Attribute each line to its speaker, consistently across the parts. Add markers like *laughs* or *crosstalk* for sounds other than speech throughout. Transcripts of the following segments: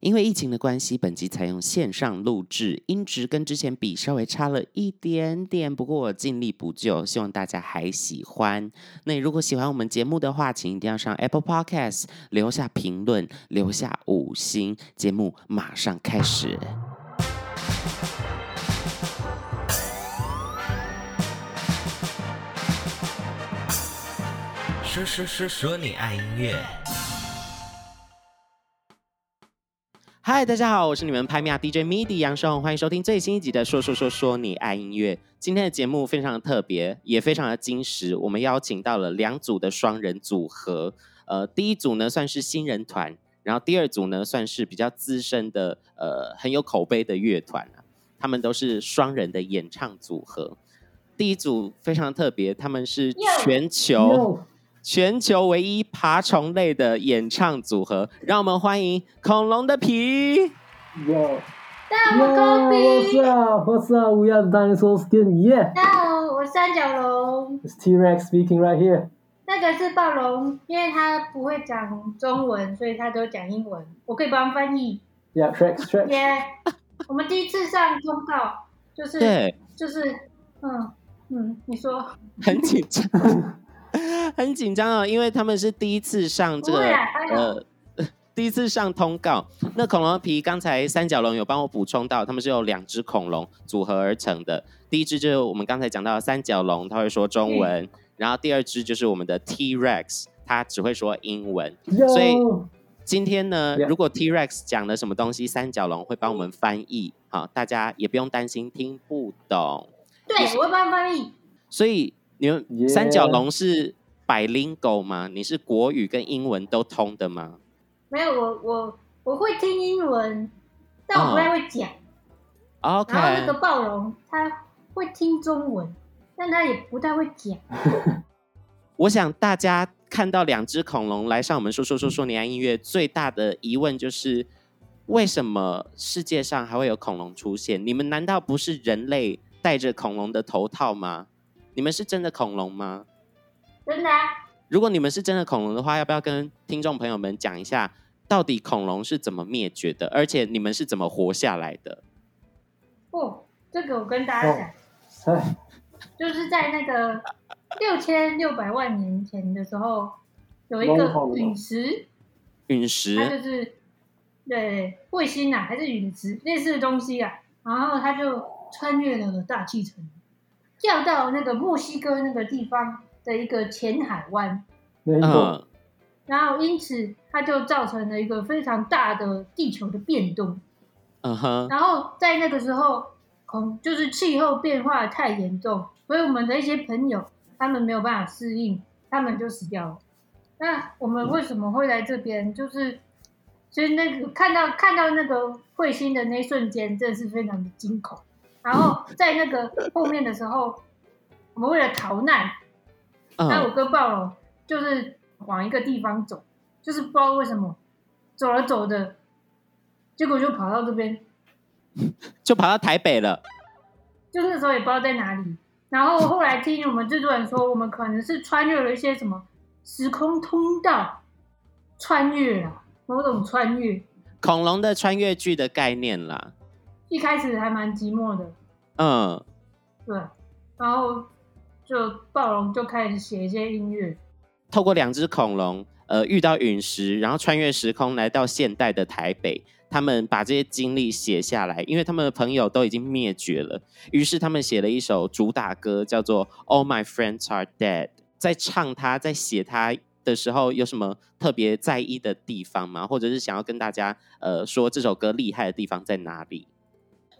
Speaker 1: 因为疫情的关系，本集采用线上录制，音质跟之前比稍微差了一点点，不过我尽力补救，希望大家还喜欢。那如果喜欢我们节目的话，请一定要上 Apple Podcast 留下评论，留下五星。节目马上开始。
Speaker 2: 说说说说你爱音乐，
Speaker 1: 嗨，大家好，我是你们拍米亚 DJ MIDI 杨少红，欢迎收听最新一集的《说说说说你爱音乐》。今天的节目非常的特别，也非常的金石，我们邀请到了两组的双人组合，呃，第一组呢算是新人团，然后第二组呢算是比较资深的，呃，很有口碑的乐团啊，他们都是双人的演唱组合。第一组非常特别，他们是全球。全球唯一爬虫类的演唱组合，让我们欢迎恐龙的皮。
Speaker 3: Yo,
Speaker 4: 大
Speaker 3: yo,
Speaker 4: 我高
Speaker 3: what's
Speaker 4: 比，
Speaker 3: up? What's up? We are the dinosaurs again. Yeah,
Speaker 4: 大家好，我是三角龙，
Speaker 3: it's T Rex speaking right here.
Speaker 4: 那个是暴龙，因为他不会讲中文，所以他都讲英文，我可以帮他翻译。
Speaker 3: Yeah, Rex, Rex.
Speaker 4: 耶、我们第一次上通告，就是
Speaker 1: 对，
Speaker 4: 就是，嗯嗯，你说
Speaker 1: 很紧张， *laughs* 很紧张哦，因为他们是第一次上这
Speaker 4: 不
Speaker 1: 个
Speaker 4: 会啊还好
Speaker 1: 呃。 *laughs* 第一次上通告，那恐龙的皮刚才三角龙有帮我补充到，他们是由两只恐龙组合而成的。第一只就是我们刚才讲到的三角龙，它会说中
Speaker 4: 嗯
Speaker 1: 文，然后第二只就是我们的 T Rex，它只会说英文。所以
Speaker 3: Yo,
Speaker 1: 今天呢，
Speaker 3: Yeah.
Speaker 1: 如果 T Rex 讲了什么东西，三角龙会帮我们翻译，好，大家也不用担心听不懂。
Speaker 4: 对，我会帮他翻译。
Speaker 1: 所以你们
Speaker 3: Yeah.
Speaker 1: 三角龙是百灵狗吗？你是国语跟英文都通的吗？
Speaker 4: 没有，我我我会听英文，但我不太会讲。
Speaker 1: OK，
Speaker 4: 然后啊那个暴龙，他会听中文，但他也不太会讲。
Speaker 1: 我想大家看到两只恐龙来上我们说说说说你爱音乐，最大的疑问就是为什么世界上还会有恐龙出现？你们难道不是人类戴着恐龙的头套吗？你们是真的恐龙吗？
Speaker 4: 真的、啊，
Speaker 1: 如果你们是真的恐龙的话，要不要跟听众朋友们讲一下，到底恐龙是怎么灭绝的，而且你们是怎么活下来的？
Speaker 4: 哦，这个我跟大家讲。
Speaker 3: *laughs* 哎，
Speaker 4: 就是在那个六千六百万年前的时候，有一个陨石，
Speaker 1: 陨
Speaker 4: 它
Speaker 1: 石
Speaker 4: 就是对卫星啊，还是陨石类似的东西啊，然后它就穿越了大气层，掉到那个墨西哥那个地方的一个浅海湾，
Speaker 3: 没听过。
Speaker 1: 嗯，
Speaker 4: 然后因此它就造成了一个非常大的地球的变动。
Speaker 1: 嗯哼，
Speaker 4: 然后在那个时候，恐就是气候变化太严重，所以我们的一些朋友他们没有办法适应，他们就死掉了。那我们为什么会来这边？就是其实那个看到看到那个彗星的那一瞬间，真的是非常的惊恐。然后在那个后面的时候，我们为了逃难，那我
Speaker 1: 嗯，
Speaker 4: 跟暴龙就是往一个地方走，就是不知道为什么走了走的，结果就跑到这边，
Speaker 1: 就跑到台北了。
Speaker 4: 就那时候也不知道在哪里。然后后来听我们制作人说，我们可能是穿越了一些什么时空通道，穿越了某种穿越。
Speaker 1: 恐龙的穿越剧的概念啦，
Speaker 4: 一开始还蛮寂寞的，
Speaker 1: 嗯，
Speaker 4: 对。然后就暴龙就开始写一些音乐，
Speaker 1: 透过两只恐龙，呃，遇到陨石，然后穿越时空来到现代的台北，他们把这些经历写下来，因为他们的朋友都已经灭绝了，于是他们写了一首主打歌，叫做《All My Friends Are Dead》。在唱它、在写它的时候，有什么特别在意的地方吗？或者是想要跟大家呃说这首歌厉害的地方在哪里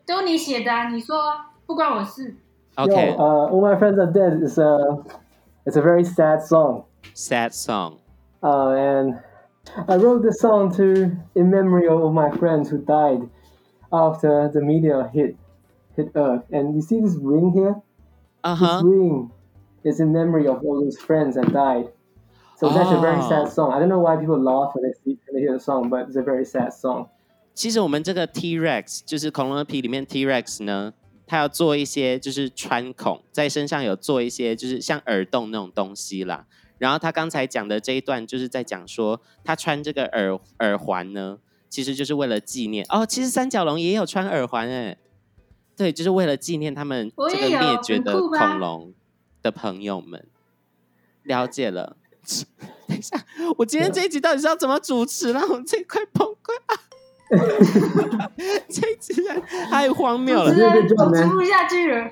Speaker 4: 都你写的、啊，你说不关我事。
Speaker 5: 呃
Speaker 3: Yo,
Speaker 1: ？OK，sad、
Speaker 3: uh, all my friends are dead. It's a, it's a very sad song.
Speaker 1: song。
Speaker 3: Uh, and I wrote this song to in memory of all my friends who died after the meteor hit hit Earth. And you see this ring here?
Speaker 1: 啊哈
Speaker 3: This，ring is in memory of all those friends that died. So that's a very
Speaker 1: Ah.
Speaker 3: sad song. I don't know why people laugh when they, see, when they hear the song, but it's a very sad song.
Speaker 1: 其实我们这个 T Rex 就是恐龙的皮里面 T Rex 呢，它要做一些就是穿孔，在身上有做一些就是像耳洞那种东西啦。然后他刚才讲的这一段就是在讲说，他穿这个耳耳环呢，其实就是为了纪念哦。其实三角龙也有穿耳环哎，对，就是为了纪念他们
Speaker 4: 我
Speaker 1: 这个
Speaker 4: 也有
Speaker 1: 灭绝
Speaker 4: 很
Speaker 1: 的
Speaker 4: 酷吧
Speaker 1: 恐龙的朋友们。了解了，等一下，我今天这一集到底是要怎么主持啦？我们这一块崩溃啊！这一集太荒谬了
Speaker 4: 主
Speaker 3: 我
Speaker 4: 持
Speaker 3: 觉。得
Speaker 4: 人
Speaker 3: 这个
Speaker 4: 主持
Speaker 3: man
Speaker 4: 不下去了。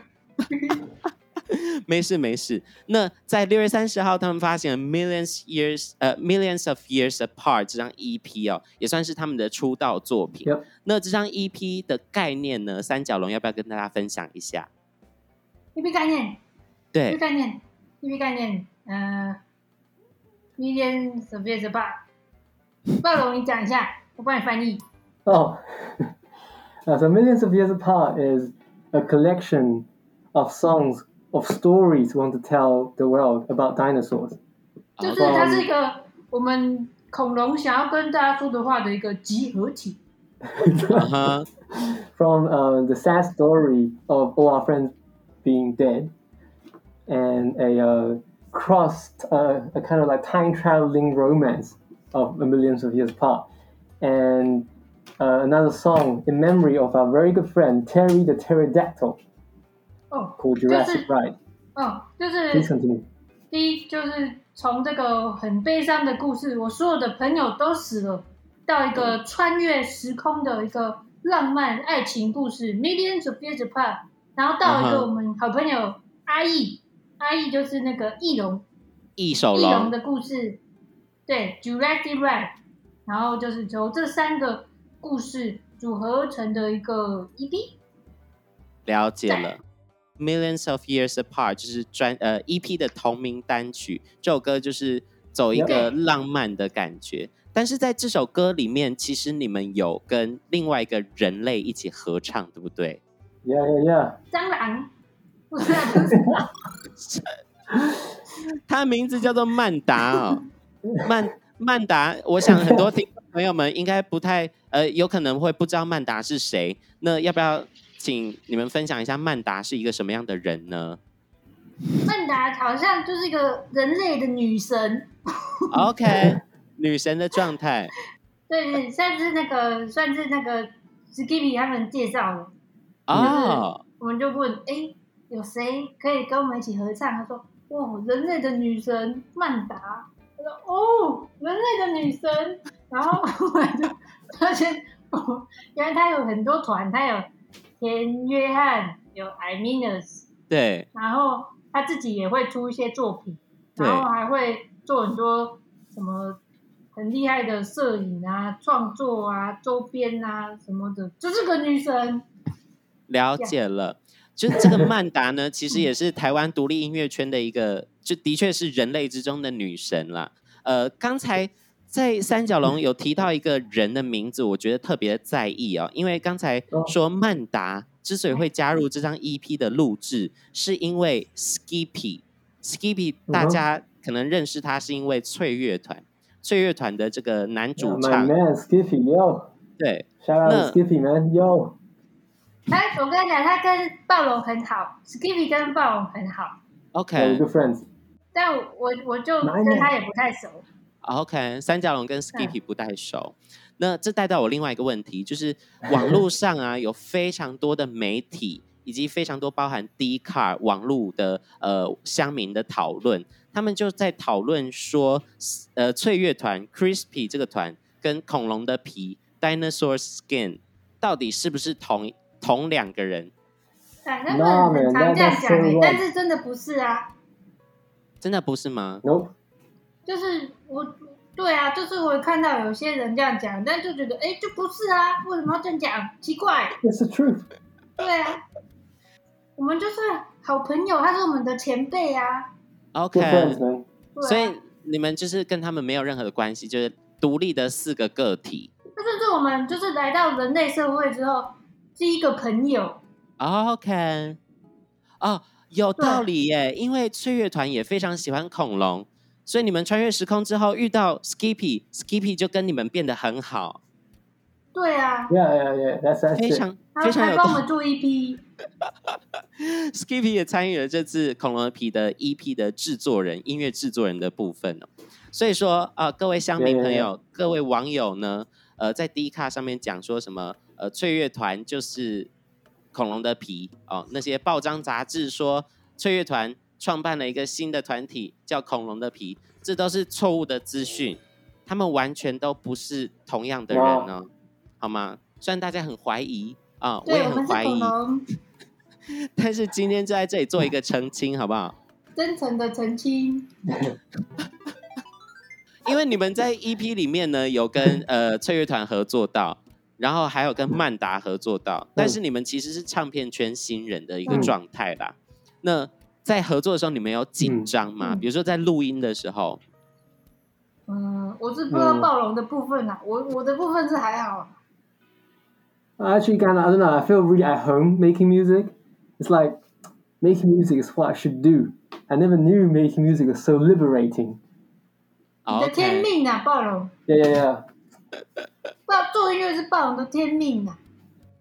Speaker 1: 没事没事。那在六月三十号，他们发行了《Millions Years》呃《Millions of Years Apart》这张 EP 哦，也算是他们的出道作品。
Speaker 3: Yep
Speaker 1: 那这张 EP 的概念呢，三角龙要不要跟大家分享一下？
Speaker 4: 一批概念，
Speaker 3: 哎
Speaker 4: 一批
Speaker 1: 对，
Speaker 4: 概念，一批概念，呃，million s u r v e y s bar，暴龙你讲一下，我帮你翻译。
Speaker 3: Oh, *laughs* Uh, so Millions of Years Apart is a collection of songs of stories we want to tell the world about dinosaurs. *laughs*
Speaker 4: 就是
Speaker 1: 好
Speaker 4: 它是一个我们恐龙想要跟大家说的话的一个集合体。
Speaker 1: 嗯哼
Speaker 3: From uh, the sad story of all our friends being dead, and a uh, cross, uh, a kind of like time traveling romance of a Millions of Years Apart, and uh, another song in memory of our very good friend Terry the Pterodactyl
Speaker 4: 哦，
Speaker 3: called
Speaker 4: 就是
Speaker 3: Jurassic Ride.
Speaker 4: 哦，就
Speaker 3: Please
Speaker 4: 是
Speaker 3: continue.
Speaker 4: 第一就是从这个很悲伤的故事，我所有的朋友都死了，到一个穿越时空的一个浪漫爱情故事，Millions of Years Apart，然后到一
Speaker 1: 嗯
Speaker 4: 个
Speaker 1: 哼
Speaker 4: 我们好朋友阿义，阿义就是那个翼龙，
Speaker 1: 异手
Speaker 4: 翼龙
Speaker 1: 龙，
Speaker 4: 的故事，对，Jurassic Ride，然后就是由这三个故事组合成的一个 E EP。
Speaker 1: 了解了。Millions of Years Apart 就是专呃 EP 的同名单曲，这首歌就是走一个浪漫的感觉。但是在这首歌里面，其实你们有跟另外一个人类一起合唱，对不对？
Speaker 3: Yeah, yeah, yeah.
Speaker 4: 蟑螂，不是、啊，不是， *laughs*
Speaker 1: 他的名字叫做曼达哦，曼曼达，我想很多听众朋友们应该不太呃，有可能会不知道曼达是谁。那要不要请你们分享一下曼达是一个什么样的人呢
Speaker 4: 曼达好像就是一个人类的女神，
Speaker 1: ？OK，女神的状态，
Speaker 4: 对对，算是那个算是那个 Skippy 他们介绍的，
Speaker 1: 哦，
Speaker 4: 我们就问，哎，有谁可以跟我们一起合唱？他说，哇，人类的女神曼达。他说，哦，人类的女神。然后我们就发现，哦，原来他有很多团，他有田约翰，有 i m i n u s
Speaker 1: 对，
Speaker 4: 然后他自己也会出一些作品，
Speaker 1: 对
Speaker 4: 然后还会做很多什么很厉害的摄影啊、创作啊、周边啊什么的，就是个女神。
Speaker 1: 了解了。就是这个曼达呢，其实也是台湾独立音乐圈的一个，就的确是人类之中的女神啦。呃，刚才在三角龙有提到一个人的名字，我觉得特别在意哦，因为刚才说曼达之所以会加入这张 EP 的录制，是因为 Skippy。Skippy 大家可能认识他是因为翠乐团，翠乐团的这个男
Speaker 3: Yeah,
Speaker 5: 啊
Speaker 1: 主
Speaker 3: my
Speaker 1: 唱，
Speaker 3: man Skippy, yo.
Speaker 1: 对，
Speaker 3: Shout out
Speaker 1: No.
Speaker 3: to Skippy, man. Yo.
Speaker 4: 他，哎我跟你讲，他跟暴龙很好，Skippy 跟暴龙很好，
Speaker 3: Yeah,
Speaker 1: OK，
Speaker 3: we're good friends.
Speaker 4: 但我我就
Speaker 3: 哪一
Speaker 4: 跟
Speaker 3: 年
Speaker 4: 他也不太熟。
Speaker 1: OK，三角龙跟 Skippy 不太熟。那这带到我另外一个问题，就是网络上啊有非常多的媒体，以及非常多包含 D car 网络的呃乡民的讨论，他们就在讨论说，呃，翠乐团 Crispy 这个团跟恐龙的皮 Dinosaur Skin 到底是不是同同两个人？
Speaker 4: 反正
Speaker 3: No,
Speaker 4: 很
Speaker 3: man,
Speaker 4: 常这样
Speaker 3: that's so
Speaker 4: 讲诶、
Speaker 3: wrong.
Speaker 4: 但是真的不是啊，
Speaker 1: 真的不是吗？
Speaker 3: Nope.
Speaker 4: 就是我，对啊，就是我看到有些人这样讲，但就觉得哎、就不是啊，为什么要这样讲？奇怪。
Speaker 3: It's the truth.
Speaker 4: 对啊，我们就是好朋友，他是我们的前辈啊。
Speaker 1: OK，
Speaker 3: Good friends, man.
Speaker 4: 对啊
Speaker 1: 所以你们就是跟他们没有任何的关系，就是独立的四个个体。
Speaker 4: 他甚至我们就是来到人类社会之后，是一个朋友。
Speaker 1: OK，哦，有
Speaker 4: 对
Speaker 1: 道理耶，因为翠乐团也非常喜欢恐龙，所以你们穿越时空之后遇到 Skippy，Skippy 就跟你们变得很好，
Speaker 4: 对啊，
Speaker 3: Yeah, yeah, yeah. That's that's
Speaker 1: 非
Speaker 3: it.
Speaker 1: 常
Speaker 4: 他
Speaker 1: 非常
Speaker 4: 还
Speaker 1: 有
Speaker 4: 帮我
Speaker 1: 道
Speaker 4: 们做一批。
Speaker 1: Skippy 也参与了这次恐龙的皮的 EP 的制作人、音乐制作人的部分哦。所以说啊、呃各位乡民
Speaker 3: Yeah, yeah,
Speaker 1: 朋友、各位网友呢，呃在 D 卡上面讲说什么呃翠乐团就是恐龙的皮哦，那些报章杂志说翠乐团创办了一个新的团体叫恐龙的皮，这都是错误的资讯，他们完全都不是同样的人呢、好吗？虽然大家很怀疑啊、我
Speaker 4: 对，
Speaker 1: 也
Speaker 4: 我
Speaker 1: 很
Speaker 4: 们是
Speaker 1: 怀
Speaker 4: 恐
Speaker 1: 疑，
Speaker 4: 龙， *laughs*
Speaker 1: 但是今天就在这里做一个澄清，好不好？
Speaker 4: 真诚的澄清。
Speaker 1: 因为你们在 EP 里面呢，有
Speaker 4: *laughs*
Speaker 1: 跟呃翠乐团合作到，然后还有跟曼达合作
Speaker 4: 嗯
Speaker 1: 到，但是你们其实是唱片圈新人的一个
Speaker 3: 嗯
Speaker 1: 状态啦。那在合作的时候，你们有紧张吗？
Speaker 4: 嗯
Speaker 1: 比如说在录音的时候，
Speaker 4: 嗯，我是不知道
Speaker 3: 嗯
Speaker 4: 暴龙的部分啊，我我的部分是还好啊，
Speaker 3: Actually, kind of, I don't know. I feel really at home making music. It's like making music is what I should do. I never knew making music is so liberating.
Speaker 4: 你的天
Speaker 1: 哦 OK
Speaker 4: 命啊，暴龙，
Speaker 3: Yeah, yeah, yeah.
Speaker 4: 暴做音乐是暴龙的天命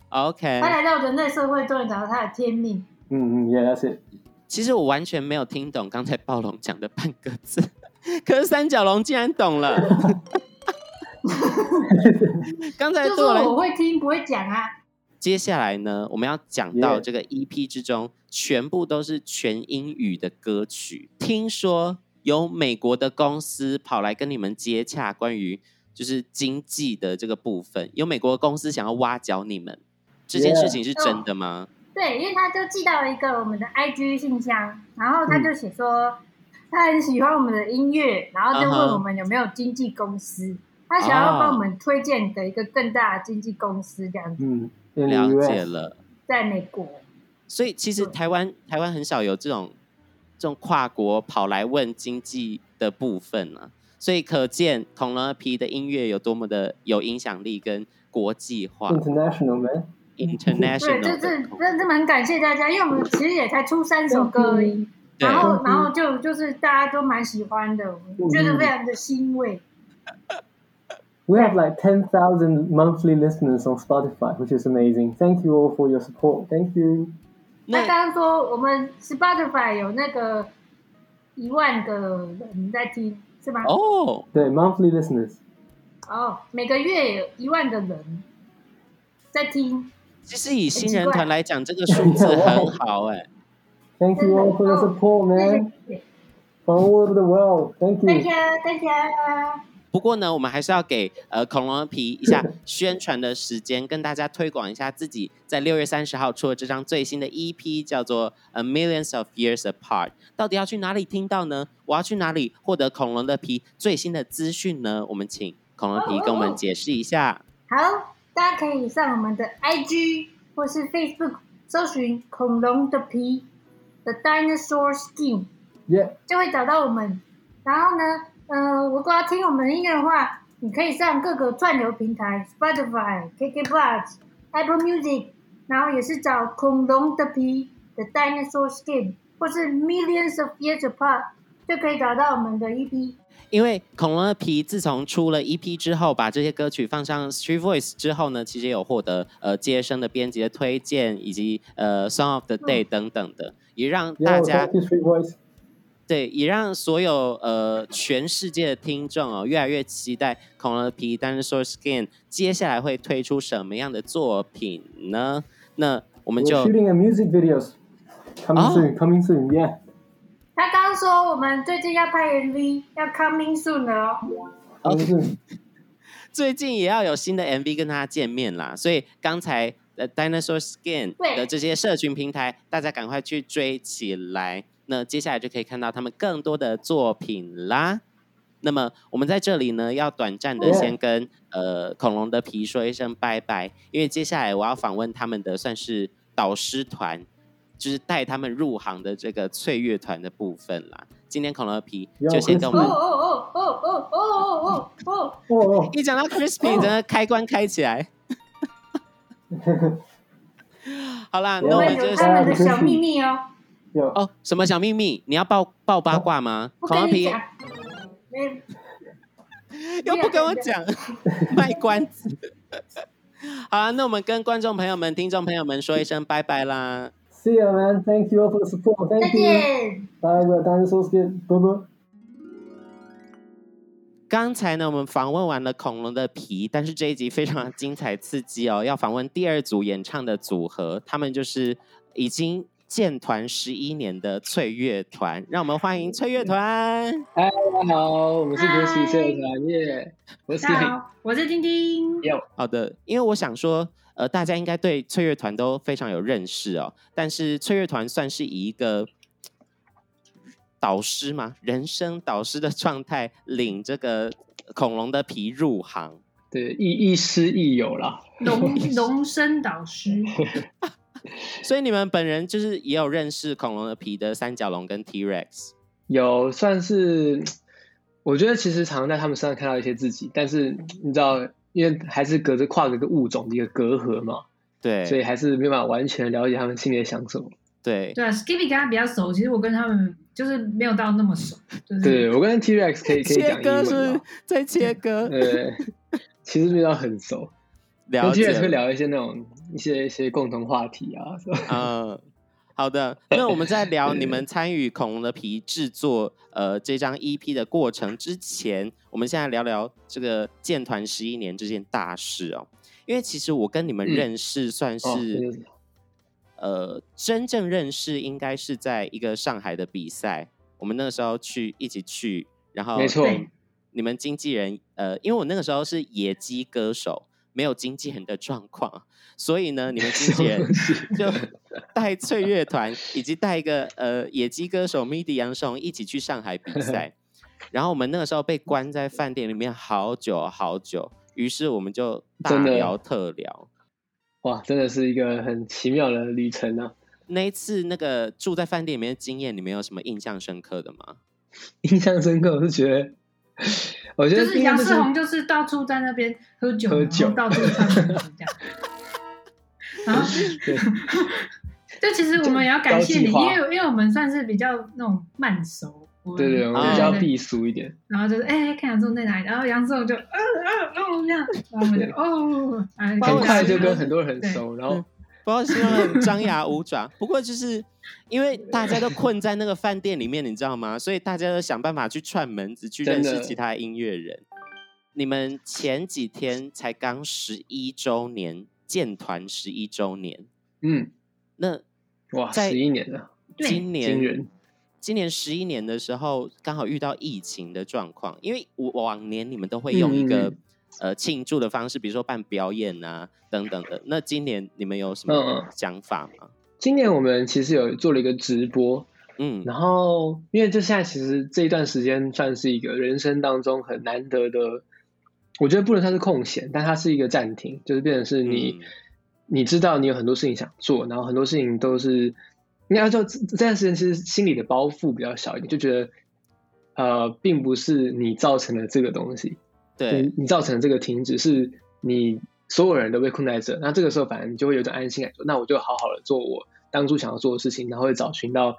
Speaker 4: 啊，
Speaker 1: OK，
Speaker 4: 他来到人类社会都能找到他的天命。
Speaker 3: Mm, mm, yeah, that's it.
Speaker 1: 其实我完全没有听懂刚才暴龙讲的半个字， *laughs* 可是三角龙竟然懂
Speaker 4: *laughs*
Speaker 1: 了。刚才
Speaker 4: 就
Speaker 1: 对我来
Speaker 4: 是我会听不会讲啊，
Speaker 1: 接下来呢，我们要讲到
Speaker 3: Yeah
Speaker 1: 这个 EP 之中，全部都是全英语的歌曲。听说有美国的公司跑来跟你们接洽，关于就是经济的这个部分，有美国的公司想要挖角你们，这件
Speaker 3: Yeah
Speaker 1: 事情是真的吗？
Speaker 4: 对，因为他就寄到了一个我们的 IG 信箱，然后他就写说、他很喜欢我们的音乐，然后就
Speaker 1: 嗯哼
Speaker 4: 问我们有没有经纪公司他想要帮我们推荐的一个更大的经纪公司，这样子，
Speaker 3: Mm. In
Speaker 1: 了
Speaker 3: the
Speaker 1: 解
Speaker 3: US.
Speaker 1: 了。
Speaker 4: 在美国，
Speaker 1: 所以其实
Speaker 4: 对
Speaker 1: 台湾台湾很少有这种这种跨国跑来问经济的部分啊，所以可见恐龙的皮的音乐有多么的有影响力跟国际化
Speaker 5: 嗯
Speaker 3: International, man.
Speaker 4: 对，就
Speaker 1: （international） 的
Speaker 4: 是真的蛮感谢大家，因为我们其实也才出三首歌而已，
Speaker 1: 对
Speaker 4: 然后
Speaker 3: 嗯
Speaker 4: 然后就就是大家都蛮喜欢的，我觉得非常的欣慰。
Speaker 3: We have like 10,000 monthly listeners on Spotify, which is amazing. Thank you all for your support. Thank you.
Speaker 4: 他
Speaker 1: 那
Speaker 4: 刚刚说我们 Spotify 有那个一万个人在听，是吗？
Speaker 1: 哦，
Speaker 3: The monthly listeners.
Speaker 4: 哦，每个月有一万个人在听，
Speaker 1: 其实以新人
Speaker 4: 很奇怪
Speaker 1: 团来讲，这个数
Speaker 4: *laughs*
Speaker 1: 字很好哎、
Speaker 3: Thank you all for your support,
Speaker 4: 谢
Speaker 3: man.
Speaker 4: 谢
Speaker 3: From all over the world. Thank
Speaker 4: 大
Speaker 3: you.
Speaker 4: 家大家，
Speaker 1: 不过呢，我们还是要给呃恐龙的皮一
Speaker 4: *laughs*
Speaker 1: 下宣传的时间，跟大家推广一下自己在六月三十号出的这张最新的 EP，叫做《A Millions of Years Apart》。到底要去哪里听到呢？我要去哪里获得恐龙的皮最新的资讯呢？我们请恐龙的皮跟我们解释一下。
Speaker 4: 好，大家可以上我们的 IG 或是 Facebook 搜寻“恐龙的皮 ”The Dinosaur Skin。
Speaker 3: Yeah.
Speaker 4: 就会找到我们。然后呢，呃，如果要听我们的音乐的话，你可以上各个串流平台，Spotify、KKBox、Apple Music，然后也是找《恐龙的皮》的 Dinosaur Skin，或是 Millions of Years Apart，就可以找到我们的 E EP。
Speaker 1: 因为恐龙的皮自从出了 EP 之后，把这些歌曲放上 Street Voice 之后呢，其实也有获得呃接生的编辑的推荐，以及呃 Song of the Day 等等的，也让大
Speaker 3: Yo,
Speaker 1: 家
Speaker 3: thank you, Street Boys.
Speaker 1: 对，也让所有呃全世界的听众哦，越来越期待恐龙的皮单是说 Skin 接下来会推出什么样的作品呢？那我们
Speaker 3: We're
Speaker 1: 就
Speaker 3: shooting a music videos. Coming
Speaker 1: Oh.
Speaker 3: soon, coming soon, yeah.
Speaker 4: 他刚刚说我们最近要拍 MV，要 coming soon 了哦。
Speaker 3: Coming
Speaker 1: Okay.
Speaker 3: soon.
Speaker 1: 最近也要有新的 MV 跟大家见面啦，所以刚才呃 Dinosaur Skin
Speaker 4: 对
Speaker 1: 的这些社群平台，大家赶快去追起来。那接下来就可以看到他们更多的作品啦。那么我们在这里呢，要短暂的
Speaker 3: 对
Speaker 1: 先跟呃恐龙的皮说一声拜拜，因为接下来我要访问他们的算是导师团，就是带他们入行的这个翠乐团的部分啦。今天恐龙的皮
Speaker 3: 有
Speaker 1: 就先跟我
Speaker 4: 哦
Speaker 1: 们
Speaker 4: 哦哦哦哦哦哦哦！
Speaker 3: Oh, oh.
Speaker 1: 一讲到 crispy，整个开关开起
Speaker 4: *laughs*
Speaker 1: 来。好啦，那
Speaker 4: 我
Speaker 1: 我
Speaker 4: 们
Speaker 1: 们
Speaker 4: 有
Speaker 1: 就
Speaker 4: 他
Speaker 1: 是
Speaker 4: 们的小秘密哦，
Speaker 3: Yo.
Speaker 1: 哦，什么小秘密？你要爆爆八卦吗？
Speaker 4: 不
Speaker 1: 黄
Speaker 4: 跟你
Speaker 1: 皮
Speaker 4: 讲。没
Speaker 1: 又不跟我讲，卖关子。 *laughs* 好啦，那我们跟观众朋友们、听众朋友们说一声拜拜啦。
Speaker 3: See ya, man. Thank you all for the support.
Speaker 4: 再
Speaker 3: Thank you.
Speaker 4: 见。
Speaker 3: Bye, we're dinosaurs. Bye bye.
Speaker 1: 刚刚才呢，我们访问完了恐龙的皮，但是这一集非常精彩刺激哦，要访问第二组演唱的组合，他们就是已经建团十一年的翠乐团，让我们欢迎翠乐团。
Speaker 5: 大家好，我们是国旗社团耶，我是
Speaker 4: 大家好，我是丁丁。
Speaker 1: 好的，因为我想说，呃，大家应该对翠乐团都非常有认识哦，但是翠乐团算是以一个导师嘛，人生导师的状态领这个恐龙的皮入行。
Speaker 5: 对亦亦师亦友啦，
Speaker 4: 龙龙生导
Speaker 5: *laughs*
Speaker 4: 师，
Speaker 1: 所以你们本人就是也有认识恐龙的皮的三角龙跟 T Rex，
Speaker 5: 有算是，我觉得其实常常在他们身上看到一些自己，但是你知道，因为还是隔着跨着一个物种的一个隔阂嘛，
Speaker 1: 对，
Speaker 5: 所以还是没有办法完全了解他们心里在想什么。
Speaker 1: 对
Speaker 4: 对啊，Skippy 跟他比较熟，其实我跟他们就是没有到那么熟，就是
Speaker 5: 对我跟 T Rex 可以可以
Speaker 1: 切
Speaker 5: 讲
Speaker 1: 割
Speaker 5: 英
Speaker 1: 是不
Speaker 5: 文
Speaker 1: 是
Speaker 5: 嘛，
Speaker 1: 在切割，
Speaker 5: *laughs* 对，其实没有到很熟，
Speaker 1: 了
Speaker 5: 跟 T
Speaker 1: 解
Speaker 5: Rex 会聊一些那种一些一些共同话题啊，是吧
Speaker 1: 嗯，好
Speaker 5: *laughs*
Speaker 1: 的，那我们在聊你们参与《恐龙的皮》制作呃这张 EP 的过程之前，我们现在聊聊这个建团十一年这件大事哦。因为其实我跟你们
Speaker 5: 嗯
Speaker 1: 认识算是、
Speaker 5: 哦 *laughs* 真的
Speaker 1: 呃真正认识应该是在一个上海的比赛，我们那个时候去一起去，然后
Speaker 5: 没错
Speaker 4: 对
Speaker 1: 你们经纪人呃，因为我那个时候是野鸡歌手，没有经纪人的状况，所以呢，你们经纪人
Speaker 5: *laughs*
Speaker 1: 就带翠乐团以及带一个呃野鸡歌手 MIDI 杨松一起去上海比
Speaker 5: *laughs*
Speaker 1: 赛，然后我们那个时候被关在饭店里面好久好久，于是我们就大
Speaker 5: 真的哦
Speaker 1: 聊特聊。
Speaker 5: 哇，真的是一个很奇妙的旅程啊。
Speaker 1: 那一次那个住在饭店里面的经验，你们有什么印象深刻的吗？
Speaker 5: 印象深刻，我是觉得，我觉
Speaker 4: 就
Speaker 5: 得
Speaker 4: 是
Speaker 5: 应该
Speaker 4: 杨
Speaker 5: 就是
Speaker 4: 世宏就是到处在那边喝酒，
Speaker 5: 喝酒
Speaker 4: 然后到处唱歌这
Speaker 5: *laughs*
Speaker 4: 样。然后，
Speaker 5: 对
Speaker 4: 就其实我们也要感谢你，
Speaker 5: 交
Speaker 4: 因
Speaker 5: 际花
Speaker 4: 为因为我们算是比较那种慢熟，我们
Speaker 5: 对对，我们
Speaker 1: 啊
Speaker 5: 比较避俗一点，
Speaker 4: 然后就是哎，看杨总在哪里，然后杨总就嗯嗯嗯这样，然后我们就哦，哎
Speaker 1: 对
Speaker 5: 很快
Speaker 1: 对
Speaker 5: 就跟很多人很熟，然后
Speaker 1: 不要形容得很张牙舞爪， *laughs* 不过就是因为大家都困在那个饭店里面，你知道吗？所以大家都想办法去串门子，去认
Speaker 5: 真
Speaker 1: 识
Speaker 5: 的
Speaker 1: 其他音乐人。你们前几天才刚十一周年建团十一周年，
Speaker 5: 嗯，
Speaker 1: 那
Speaker 5: 哇，
Speaker 1: 在
Speaker 5: 十一年了，
Speaker 4: 对
Speaker 1: 今
Speaker 5: 惊
Speaker 1: 年
Speaker 5: 人，
Speaker 1: 今年十一年的时候，刚好遇到疫情的状况，因为我往年你们都会用一个、
Speaker 5: 嗯嗯嗯
Speaker 1: 呃庆祝的方式，比如说办表演啊等等的。那今年你们有什
Speaker 5: 嗯
Speaker 1: 么
Speaker 5: 嗯
Speaker 1: 想法吗？
Speaker 5: 今年我们其实有做了一个直播，
Speaker 1: 嗯，
Speaker 5: 然后因为就现在其实这一段时间算是一个人生当中很难得的，我觉得不能算是空闲，但它是一个暂停，就是变成是你、
Speaker 1: 嗯
Speaker 5: 你知道你有很多事情想做，然后很多事情都是应该说这这段时间其实心里的包袱比较小一点，就觉得呃并不是你造成了这个东西，
Speaker 1: 对
Speaker 5: 你，你造成这个停止是你所有人都被困在这，那这个时候反正你就会有一种安心感，说那我就好好的做我当初想要做的事情，然后会找寻到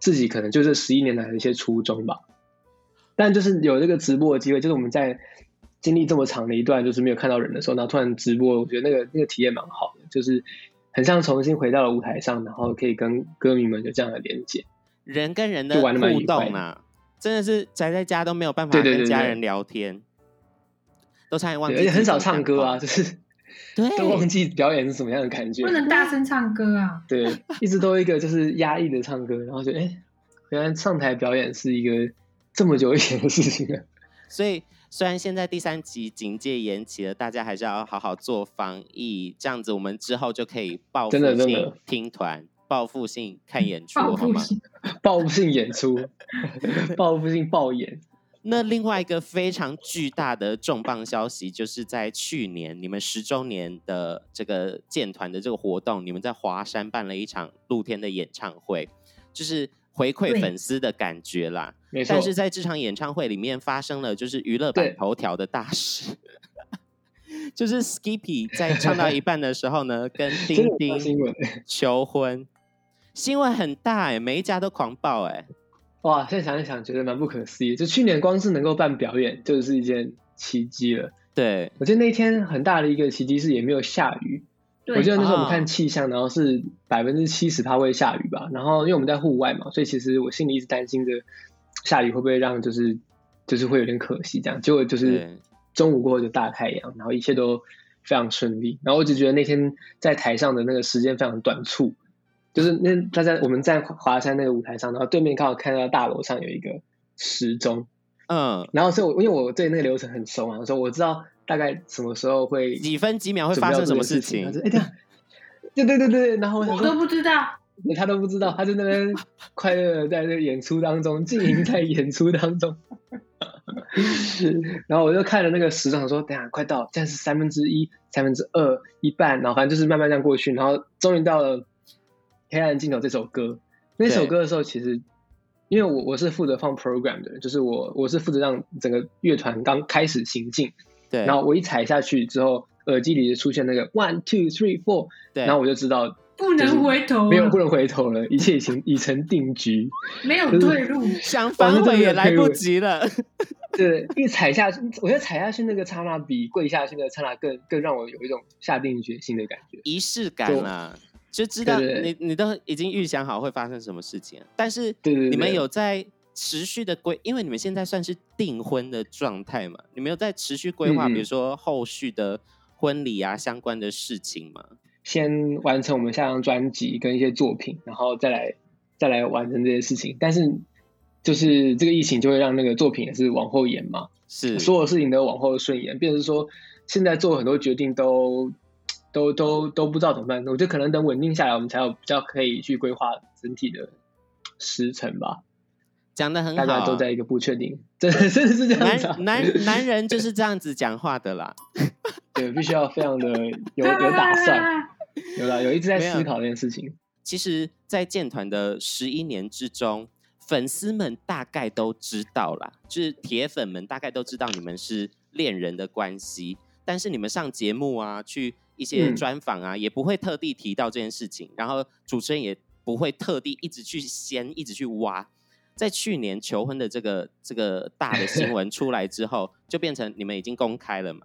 Speaker 5: 自己可能就是十一年来的一些初衷吧。但就是有这个直播的机会，就是我们在经历这么长的一段就是没有看到人的时候，然后突然直播，我觉得那个那个体验蛮好的，就是很像重新回到了舞台上，然后可以跟歌迷们有这样的连接。
Speaker 1: 人跟人的
Speaker 5: 就玩得蛮
Speaker 1: 互
Speaker 5: 愉快
Speaker 1: 动啊，真的是宅在家都没有办法
Speaker 5: 对对对
Speaker 1: 跟家
Speaker 5: 对
Speaker 1: 人聊天，都差点忘
Speaker 5: 对
Speaker 1: 记，
Speaker 5: 而且很少唱歌啊，，就是 *laughs*
Speaker 1: 对，
Speaker 5: 都忘记表演是什么样的感觉。
Speaker 4: 不能大声唱歌啊，
Speaker 5: 对，一直都一个就是压抑的唱歌，然后就哎、诶原来上台表演是一个这么久以前的事情啊了。
Speaker 1: 所以虽然现在第三集警戒延期了，大家还是要好好做防疫，这样子我们之后就可以报复
Speaker 5: 真的真
Speaker 1: 性
Speaker 5: 的
Speaker 1: 听团、报复性看演出，
Speaker 4: 报
Speaker 1: 好
Speaker 4: 复
Speaker 1: 吗？
Speaker 4: 性。
Speaker 5: 报复性演
Speaker 1: *laughs*
Speaker 5: 出，报复性爆演，
Speaker 1: 那另外一个非常巨大的重磅消息，就是在去年你们十周年的这个建团的这个活动，你们在华山办了一场露天的演唱会，就是回馈
Speaker 4: 对
Speaker 1: 粉丝的感觉啦。
Speaker 5: 没错
Speaker 1: 但，是在这场演唱会里面发生了就是娱乐版
Speaker 5: 对
Speaker 1: 头条的大事， *laughs* 就是 Skippy 在唱到一半的时候呢，跟
Speaker 5: *laughs* 真的
Speaker 1: 丁
Speaker 5: 有上新
Speaker 1: 丁
Speaker 5: 闻。
Speaker 1: 求婚，新闻很大哎、每一家都狂爆哎、
Speaker 5: 哇，现在想一想，觉得蛮不可思议。就去年光是能够办表演，就是一件奇迹了。
Speaker 1: 对，
Speaker 5: 我记得那天很大的一个奇迹是也没有下雨，
Speaker 4: 对，
Speaker 5: 我记得那时候我
Speaker 1: 哦
Speaker 5: 们看气象，然后是百分之七十它会下雨吧。然后因为我们在户外嘛，所以其实我心里一直担心着下雨会不会让就是就是会有点可惜这样。结果就是
Speaker 1: 对
Speaker 5: 中午过后就大太阳，然后一切都非常顺利。然后我只觉得那天在台上的那个时间非常短促，就是那大家我们在华山那个舞台上，然后对面刚好看到大楼上有一个时钟，
Speaker 1: 嗯，
Speaker 5: 然后所以我因为我对那个流程很熟嘛，所以我知道大概什么时候会
Speaker 1: 几分几秒会发生什么事情
Speaker 5: 他？说：“哎、对啊，对对对对。”然后我想
Speaker 4: 我
Speaker 5: 说
Speaker 4: 都不知道，
Speaker 5: 他都不知道，他在那边快乐的在那演出当中，经营在演出当中。 *laughs* 然后我就看了那个时钟，说：“等一下快到了，现在是三分之一、三分之二、一半，然后反正就是慢慢这样过去。”然后终于到了《黑暗尽头》这首歌。那首
Speaker 1: 对
Speaker 5: 歌的时候，其实因为我我是负责放 program 的人，就是我我是负责让整个乐团刚开始行进，
Speaker 1: 对，
Speaker 5: 然后我一踩下去之后，耳机里就出现那个 one two three four，
Speaker 1: 对，
Speaker 5: 然后我就知道
Speaker 4: 不能回头了，
Speaker 5: 没有不能回头了，一切已经已成定
Speaker 1: *laughs*
Speaker 5: 局。
Speaker 4: 没有退路，
Speaker 1: 想反悔也来不及了。
Speaker 5: 对，一踩下去，我觉得踩下去那个刹那比跪下去那个刹那更更让我有一种下定决心的感觉。
Speaker 1: 仪式感啊，就知道
Speaker 5: 对对对
Speaker 1: 你你都已经预想好会发生什么事情了，但是
Speaker 5: 对对对
Speaker 1: 你们有在持续的规，因为你们现在算是订婚的状态嘛，你们有在持续规划，
Speaker 5: 嗯嗯
Speaker 1: 比如说后续的婚礼啊相关的事情吗？
Speaker 5: 先完成我们下张专辑跟一些作品，然后再来再来完成这些事情。但是就是这个疫情就会让那个作品也是往后延嘛，
Speaker 1: 是，
Speaker 5: 所有事情都往后顺延，变成说现在做很多决定都都都都不知道怎么办。我觉得可能等稳定下来，我们才有比较可以去规划整体的时程吧。
Speaker 1: 讲的很好
Speaker 5: 大
Speaker 1: 啊，
Speaker 5: 家都在一个不确定， *laughs* 真的真的是这样子、啊 *laughs*
Speaker 1: 男。男男人就是这样子讲话的啦。
Speaker 5: 对，必须要非常的有有打算，
Speaker 4: 啊
Speaker 5: 有啦，有一直在
Speaker 1: 没有
Speaker 5: 思考这件事情。
Speaker 1: 其实，在建团的十一年之中，粉丝们大概都知道啦，就是铁粉们大概都知道你们是恋人的关系，但是你们上节目啊，去一些
Speaker 5: 嗯
Speaker 1: 专访啊，也不会特地提到这件事情，然后主持人也不会特地一直去掀，一直去挖。在去年求婚的这个这个大的新闻出来之后，就变成你们已经公开了嘛？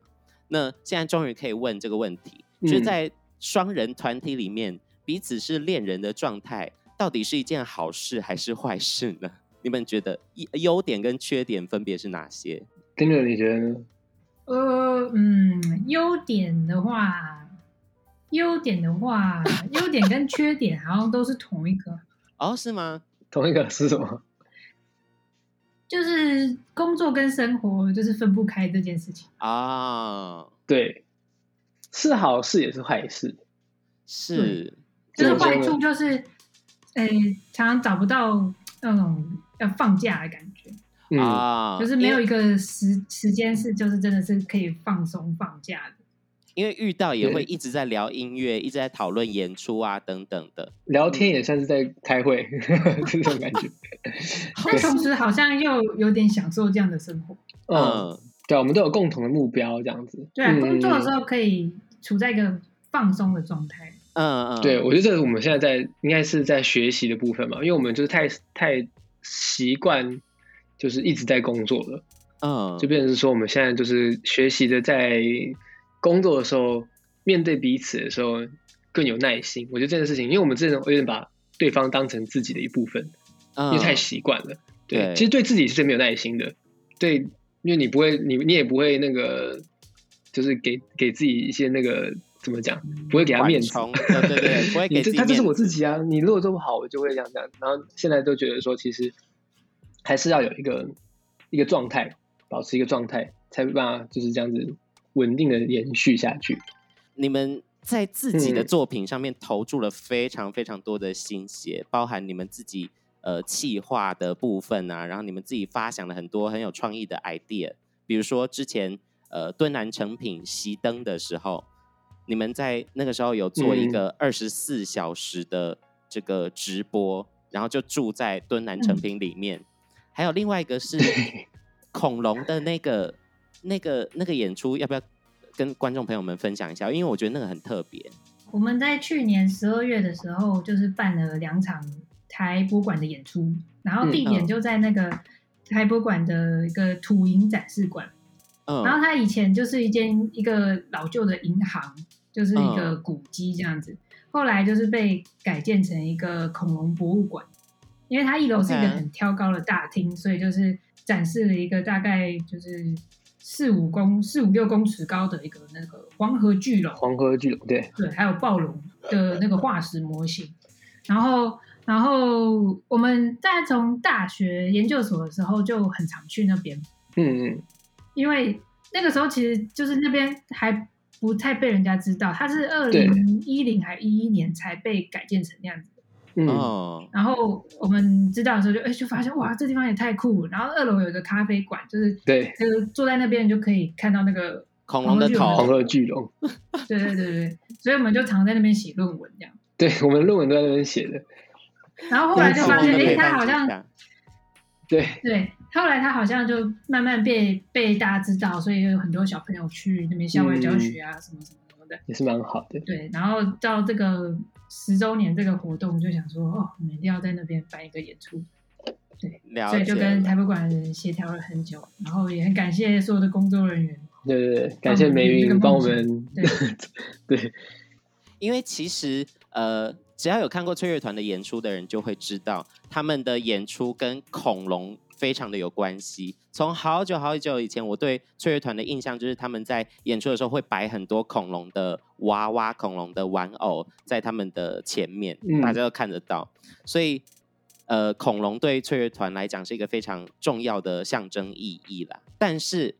Speaker 1: 那现在终于可以问这个问题，就是
Speaker 5: 嗯
Speaker 1: 在双人团体里面，彼此是恋人的状态，到底是一件好事还是坏事呢？你们觉得一优点跟缺点分别是哪些？
Speaker 5: 丁六，你觉得呢？
Speaker 4: *laughs* 呃，嗯，优点的话，优点的话，优点跟缺点好像都是同一个，
Speaker 1: 哦，是吗？
Speaker 5: 同一个是什么？ *laughs*
Speaker 4: 就是工作跟生活就是分不开这件事情。
Speaker 1: 啊、
Speaker 5: 对，是好事也是坏事。
Speaker 1: 是，
Speaker 4: 就是
Speaker 5: 对
Speaker 4: 坏
Speaker 5: 真的
Speaker 4: 处就是，诶、常常找不到那种要放假的感觉，
Speaker 5: 嗯，
Speaker 1: 啊、
Speaker 4: 就是没有一个时时间是就是真的是可以放松放假的。
Speaker 1: 因为，因为遇到也
Speaker 5: 对
Speaker 1: 会一直在聊音乐，一直在讨论演出啊等等的。
Speaker 5: 聊天也算是在开会， *laughs* 这种感觉。
Speaker 4: 但同时好像又有点享受这样的生活。
Speaker 5: 嗯，对，我们都有共同的目标，这样子。
Speaker 4: 对啊，
Speaker 5: 嗯
Speaker 4: 工作的时候可以处在一个放松的状态。
Speaker 1: 嗯嗯，
Speaker 5: 对，我觉得这是我们现在在应该是在学习的部分嘛，因为我们就是太太习惯就是一直在工作了，
Speaker 1: 嗯，
Speaker 5: 就变成是说我们现在就是学习的在工作的时候面对彼此的时候更有耐心。我觉得这件事情，因为我们之前有点把对方当成自己的一部分，因
Speaker 1: 嗯
Speaker 5: 为太习惯了。对，
Speaker 1: 对
Speaker 5: 其实对自己是最没有耐心的，对，因为你不会，你你也不会那个，就是给给自己一些那个怎么讲，不会给他
Speaker 1: 缓
Speaker 5: 面子，
Speaker 1: 冲对对对不会给
Speaker 5: *laughs* 你
Speaker 1: 自
Speaker 5: 这
Speaker 1: 己
Speaker 5: 他就是
Speaker 1: 面
Speaker 5: 我
Speaker 1: 子
Speaker 5: 自己啊，你如果做不好，我就会这样这样。然后现在都觉得说，其实还是要有一个一个状态，保持一个状态，才有办法就是这样子稳定的延续下去。
Speaker 1: 你们在自己的
Speaker 5: 嗯
Speaker 1: 作品上面投注了非常非常多的心血，包含你们自己呃企划的部分啊，然后你们自己发想了很多很有创意的 idea，比如说之前呃敦南成品熄灯的时候，你们在那个时候有做一
Speaker 5: 嗯
Speaker 1: 个二十四小时的这个直播，然后就住在敦南成
Speaker 4: 嗯
Speaker 1: 品里面，还有另外一个是恐龙的那个、那个、那个演出，要不要跟观众朋友们分享一下？因为我觉得那个很特别。
Speaker 4: 我们在去年十二月的时候，就是办了两场台博馆的演出，然
Speaker 5: 嗯
Speaker 4: 后地点就在那个台博馆的一个土银展示馆。然后
Speaker 1: 嗯，
Speaker 4: 它以前就是一间一个老旧的银行，就是一个古迹这样子。后来就是被改建成一个恐龙博物馆，因为它一楼是一个
Speaker 1: OK
Speaker 4: 很挑高的大厅，所以就是展示了一个大概就是四五公四五六公尺高的一个那个黄河巨龙，
Speaker 5: 黄河巨龙，对，
Speaker 4: 对，还有暴龙的那个化石模型。然后，然后我们在从大学研究所的时候就很常去那边，
Speaker 5: 嗯嗯，
Speaker 4: 因为那个时候其实就是那边还不太被人家知道，它是二
Speaker 5: 对
Speaker 4: 零一零还一一年才被改建成那样子。
Speaker 5: 嗯，
Speaker 1: 哦，
Speaker 4: 然后我们知道的时候就，哎，就发现哇，这地方也太酷了。然后二楼有一个咖啡馆，就是
Speaker 5: 对，
Speaker 4: 就是坐在那边就可以看到那个，
Speaker 1: 恐龙的头，
Speaker 5: 黄河巨龙，
Speaker 4: 对对对对，所以我们就常在那边写论文这样。
Speaker 5: 对我们论文都在那边写的，
Speaker 4: 然后后来就发现，哎，它好像
Speaker 5: 对，
Speaker 4: 对，后来它好像就慢慢被被大家知道，所以有很多小朋友去那边校外教学啊，什么什么什么的。
Speaker 5: 也是蛮好的，
Speaker 4: 对，然后到这个十周年这个活动，就想说，哦，我们一定要在那边办一个演出。
Speaker 1: 了
Speaker 4: 所以
Speaker 1: 解
Speaker 4: 就跟台北馆的人协调了很久，然后也很感谢所有的工作人员。
Speaker 5: 对对对，感谢梅云帮我们，对
Speaker 1: 因为其实呃，只要有看过吹乐团的演出的人，就会知道他们的演出跟恐龙非常的有关系。从好久好久以前，我对吹乐团的印象就是他们在演出的时候会摆很多恐龙的娃娃、恐龙的玩偶在他们的前面，
Speaker 5: 嗯
Speaker 1: 大家都看得到，所以。呃，恐龙对翠乐团来讲是一个非常重要的象征意义啦。但是，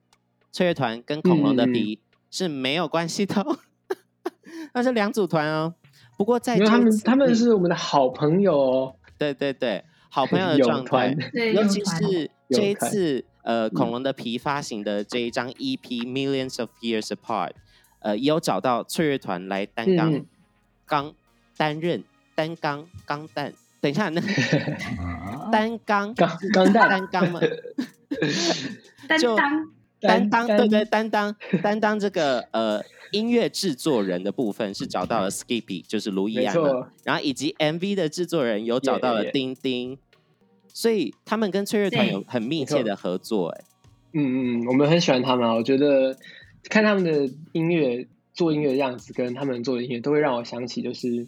Speaker 1: 翠乐团跟恐龙的
Speaker 5: 嗯嗯嗯
Speaker 1: 比是没有关系的、哦，那是两组团哦。不过在
Speaker 5: 因为
Speaker 1: 这
Speaker 5: 他
Speaker 1: 一
Speaker 5: 们
Speaker 1: 次
Speaker 5: 他们
Speaker 1: 嗯
Speaker 5: 是我们的好朋友哦，
Speaker 1: 对对对好朋友的状
Speaker 5: 泳
Speaker 1: 态
Speaker 5: 团，，
Speaker 4: 对，
Speaker 1: 尤
Speaker 4: 有
Speaker 1: 其
Speaker 4: 团
Speaker 1: 是这一
Speaker 5: 团嗯
Speaker 1: 次呃恐龙的皮发行的这一张 EP《Millions of Years Apart》，呃，也有找到翠乐团来担
Speaker 5: 嗯
Speaker 1: 纲
Speaker 5: 嗯
Speaker 1: 纲担任担纲钢蛋。等一下，那个 *laughs*
Speaker 4: 啊
Speaker 1: 担纲
Speaker 5: 钢钢蛋
Speaker 1: 嗯 *laughs* 担纲吗？
Speaker 5: *laughs*
Speaker 4: 担
Speaker 1: 就
Speaker 4: 当，
Speaker 1: 担
Speaker 5: 担
Speaker 1: 当
Speaker 5: 担
Speaker 1: 对对担当担当这个呃音乐制作人的部分是找到了 Skippy，就是卢易
Speaker 5: 没
Speaker 1: 安嘛，
Speaker 5: 错，
Speaker 1: 然后以及 MV 的制作人有找到了
Speaker 5: Yeah, yeah, yeah.
Speaker 1: 丁丁所以他们跟翠乐团
Speaker 4: 对
Speaker 1: 有很密
Speaker 5: 没错
Speaker 1: 切的合作、哎，
Speaker 5: 嗯嗯，我们很喜欢他们啊，我觉得看他们的音乐做音乐的样子，跟他们做的音乐，都会让我想起就是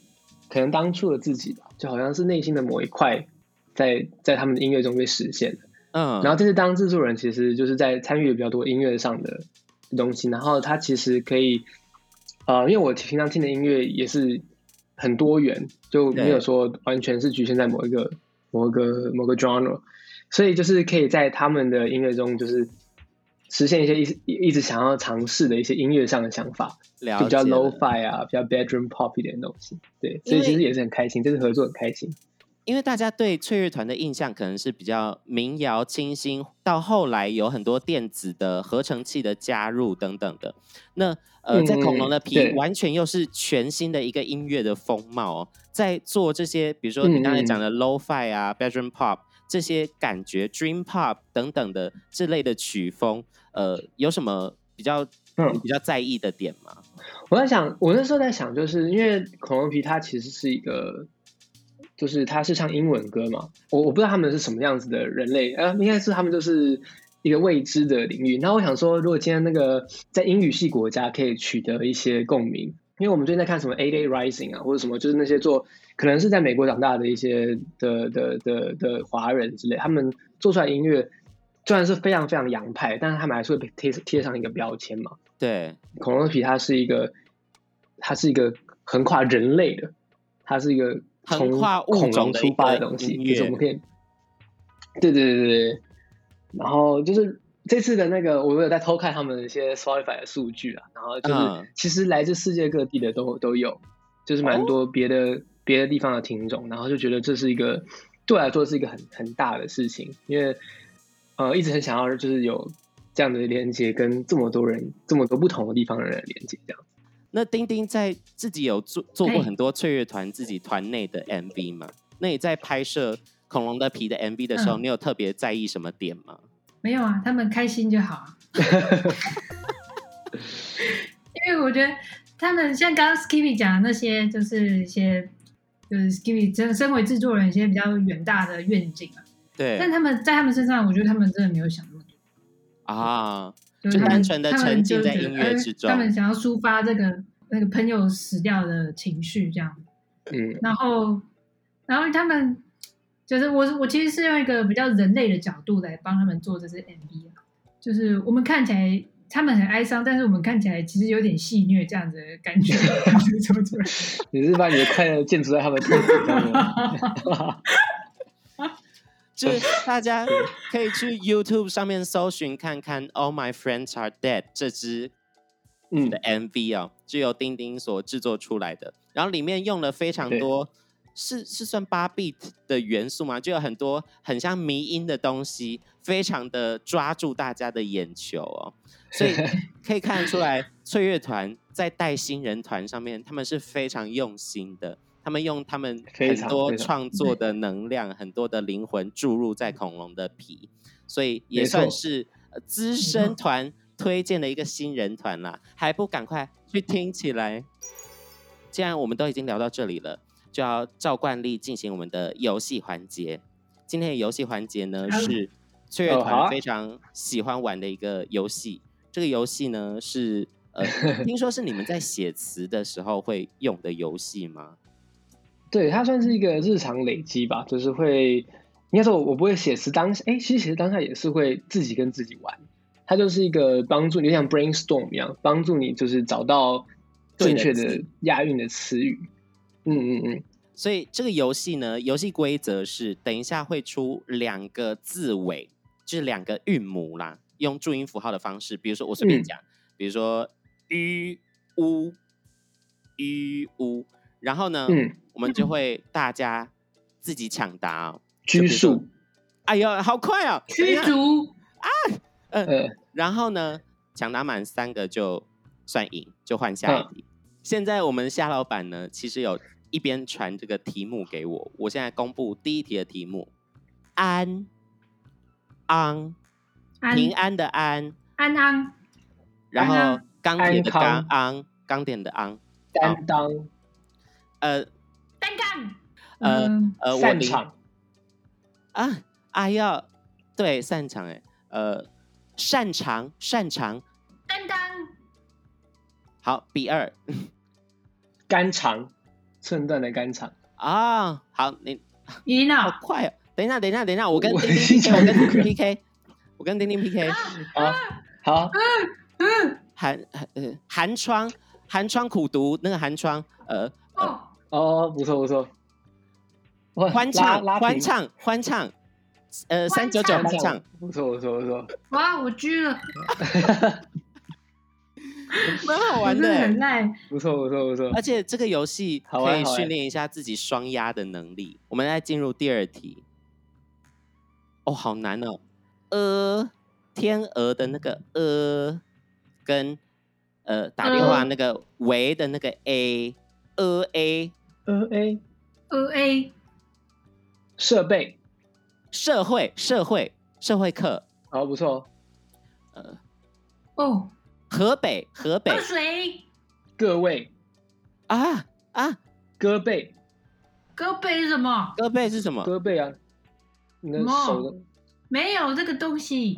Speaker 5: 可能当初的自己吧，就好像是内心的某一块在在他们的音乐中被实现了。
Speaker 1: 嗯，
Speaker 5: 然后这次当制作人，其实就是在参与比较多音乐上的东西，然后他其实可以，呃，因为我平常听的音乐也是很多元，就没有说完全是局限在某一个某一个某个 genre，所以就是可以在他们的音乐中，就是实现一些一直一直想要尝试的一些音乐上的想法，
Speaker 1: 了
Speaker 5: 就比较
Speaker 1: 解
Speaker 5: low
Speaker 1: 了
Speaker 5: fi 啊，比较 bedroom pop 一点的东西，对，
Speaker 1: 因
Speaker 5: 所
Speaker 1: 为
Speaker 5: 以其实也是很开心，这次合作很开心，
Speaker 1: 因为大家对翠乐团的印象可能是比较民谣、清新，到后来有很多电子的合成器的加入等等的。那呃，在恐龙的
Speaker 5: 嗯
Speaker 1: 皮
Speaker 5: 对
Speaker 1: 完全又是全新的一个音乐的风貌、哦，在做这些，比如说你刚才
Speaker 5: 嗯
Speaker 1: 讲的 low-fi 啊、bedroom pop 这些感觉、dream pop 等等的这类的曲风，呃，有什么比较
Speaker 5: 嗯
Speaker 1: 你比较在意的点吗？
Speaker 5: 我在想，我那时候在想，就是因为恐龙皮它其实是一个，就是它是唱英文歌嘛，我我不知道他们是什么样子的人类，呃，应该是他们就是一个未知的领域。那我想说，如果今天那个在英语系国家可以取得一些共鸣，因为我们最近在看什么 A Day Rising 啊，或者什么，就是那些做可能是在美国长大的一些的的的的华人之类，他们做出来的音乐虽然是非常非常洋派，但是他们还是会被贴贴上一个标签嘛。
Speaker 1: 对，
Speaker 5: 恐龙皮它是一个，它是一个横跨人类的，它是一个
Speaker 1: 横
Speaker 5: 从
Speaker 1: 跨物
Speaker 5: 恐
Speaker 1: 种
Speaker 5: 龙
Speaker 1: 的
Speaker 5: 出
Speaker 1: 一
Speaker 5: 发
Speaker 1: 个
Speaker 5: 的东西，
Speaker 1: 音
Speaker 5: 就是
Speaker 1: 乐
Speaker 5: 我们可以，对对对对对，然后就是这次的那个，我有在偷看他们的一些 Spotify 的数据啊，然后就是、
Speaker 1: 嗯
Speaker 5: 其实来自世界各地的都都有，就是蛮多别的、别的地方的听众，然后就觉得这是一个对我来说是一个很很大的事情，因为呃一直很想要就是有这样的连接，跟这么多人、这么多不同的地方的人的连接，这样。
Speaker 1: 那丁丁在自己有做做过
Speaker 4: 哎
Speaker 1: 很多翠乐团自己团内的 MV 嘛？那你在拍摄《恐龙的皮》的 MV 的时候，
Speaker 4: 嗯
Speaker 1: 你有特别在意什么点吗？
Speaker 4: 没有啊，他们开心就好啊。 *laughs* 因为我觉得他们像刚刚 Skippy 讲的那些，就是一些就是 Skippy 真身为制作人一些比较远大的愿景啊，但
Speaker 1: 对
Speaker 4: 他们在他们身上，我觉得他们真的没有想那么多，
Speaker 1: 啊，
Speaker 4: 是嗯他
Speaker 1: 就
Speaker 4: 们
Speaker 1: 单纯地
Speaker 4: 他们
Speaker 1: 沉浸
Speaker 4: 就是
Speaker 1: 在
Speaker 4: 觉得
Speaker 1: 音乐之中
Speaker 4: 呃他们想要抒发这个那个朋友死掉的情绪这样。
Speaker 5: 嗯，
Speaker 4: 然后，然后他们就是我我其实是用一个比较人类的角度来帮他们做这支 MV 啊，就是我们看起来他们很哀伤，但是我们看起来其实有点戏虐这样子的
Speaker 1: *laughs*
Speaker 4: 感觉，做出来。
Speaker 5: 你是把你的快乐建筑在他们痛苦上面吗。
Speaker 1: 就是大家可以去 YouTube 上面搜寻看看《All My Friends Are Dead》这支
Speaker 5: 嗯
Speaker 1: 的 MV 哦，是由丁丁所制作出来的。然后里面用了非常
Speaker 5: 对
Speaker 1: 多，是是算八 bit 的元素嘛，就有很多很像迷音的东西，非常的抓住大家的眼球哦。所
Speaker 5: *laughs*
Speaker 1: 以可以看得出来，翠乐团在带新人团上面，他们是非常用心的。他们用他们
Speaker 5: 非
Speaker 1: 很
Speaker 5: 常
Speaker 1: 多
Speaker 5: 非常
Speaker 1: 创作的能量、很多的灵魂注入在恐龙的皮，所以也
Speaker 5: 没
Speaker 1: 算
Speaker 5: 错
Speaker 1: 是呃资
Speaker 4: 错
Speaker 1: 深团推荐的一个新人团啦，还不赶快去听起来？既然我们都已经聊到这里了，就要照惯例进行我们的游戏环节。今天的游戏环节呢
Speaker 4: 好
Speaker 1: 是翠乐
Speaker 5: 哦好
Speaker 1: 团
Speaker 5: 啊
Speaker 1: 非常喜欢玩的一个游戏。这个游戏呢是
Speaker 5: *laughs*
Speaker 1: 呃，听说是你们在写词的时候会用的游戏吗？
Speaker 5: 对，它算是一个日常累积吧，就是会，应该说我我不会写词当下，哎，其实写词当下也是会自己跟自己玩，它就是一个帮助你就像 brainstorm 一样，帮助你就是找到
Speaker 1: 对
Speaker 5: 正
Speaker 1: 的
Speaker 5: 确
Speaker 1: 词
Speaker 5: 的押韵的词语。嗯嗯嗯，
Speaker 1: 所以这个游戏呢，游戏规则是等一下会出两个字尾，就是两个韵母啦，用注音符号的方式，比如说我随便
Speaker 5: 嗯
Speaker 1: 讲，比如说 u u u u，然后呢，
Speaker 5: 嗯
Speaker 1: 我们就会大家自己抢答、哦。
Speaker 5: 拘
Speaker 1: 就比如
Speaker 5: 束
Speaker 1: 说，哎呦，好快哦！
Speaker 4: 驱逐
Speaker 5: 呃，
Speaker 1: 然后呢，抢答满三个就算赢，就换下
Speaker 5: 嗯
Speaker 1: 一题。现在我们夏老板呢，其实有一边传这个题目给我，我现在公布第一题的题目：安安
Speaker 4: 安
Speaker 1: 平安的安，
Speaker 4: 安安
Speaker 1: 然后钢铁的钢
Speaker 5: 安康
Speaker 1: 安钢铁的安，
Speaker 5: 担当、
Speaker 1: 呃
Speaker 4: 单干，
Speaker 1: 呃
Speaker 4: 嗯
Speaker 1: 呃，我
Speaker 5: 擅
Speaker 1: 零
Speaker 5: 长、
Speaker 1: 啊啊要对擅长哎、呃擅长擅长
Speaker 4: 担当
Speaker 1: 好比二
Speaker 5: 肝肠、寸断的肝肠。
Speaker 1: 啊、好你
Speaker 4: 赢
Speaker 1: 好
Speaker 4: 了，
Speaker 1: 快、哦！等一下，等一下，等一下，我跟
Speaker 5: 我
Speaker 1: 丁丁 PK，
Speaker 5: 想
Speaker 1: 我跟丁
Speaker 5: 不
Speaker 1: 丁
Speaker 5: 到
Speaker 1: PK，我跟丁丁 PK，
Speaker 5: 好，好，
Speaker 4: 嗯
Speaker 1: 寒寒呃寒窗寒窗苦读那个寒窗呃呃
Speaker 4: 哦，
Speaker 5: 哦，不错不错。哇
Speaker 1: 欢
Speaker 5: 拉
Speaker 1: 唱
Speaker 5: 拉
Speaker 1: 欢
Speaker 5: 平
Speaker 1: 唱欢唱呃三九九
Speaker 4: 欢
Speaker 1: 欢唱，
Speaker 5: 不错不错不错。
Speaker 4: 哇，我狙了，
Speaker 1: 蛮好
Speaker 4: 我
Speaker 1: 玩
Speaker 4: 真的很
Speaker 1: 的。
Speaker 4: 赖，
Speaker 5: 不错不错不错
Speaker 1: 而，且这个游戏
Speaker 5: 好
Speaker 1: 可
Speaker 5: 玩
Speaker 1: 以
Speaker 5: 好玩
Speaker 1: 训练一下自己双压的能力。我们再进入第二题，哦，好难哦。呃，天鹅的那个呃，跟呃打电话
Speaker 4: 呃
Speaker 1: 那个喂的那个 a，呃 a
Speaker 5: 呃 A
Speaker 4: 二 A
Speaker 5: 设备，
Speaker 1: 社会社会社会课，
Speaker 5: 好不错，哦
Speaker 1: 呃，
Speaker 4: 哦，
Speaker 1: 河北河北
Speaker 4: 二水
Speaker 5: 各位
Speaker 1: 啊啊，
Speaker 5: 胳背
Speaker 4: 胳膊是什么？
Speaker 1: 胳膊是什么？
Speaker 5: 胳背啊，你的
Speaker 4: 什么
Speaker 5: 手的
Speaker 4: 没有这个东西，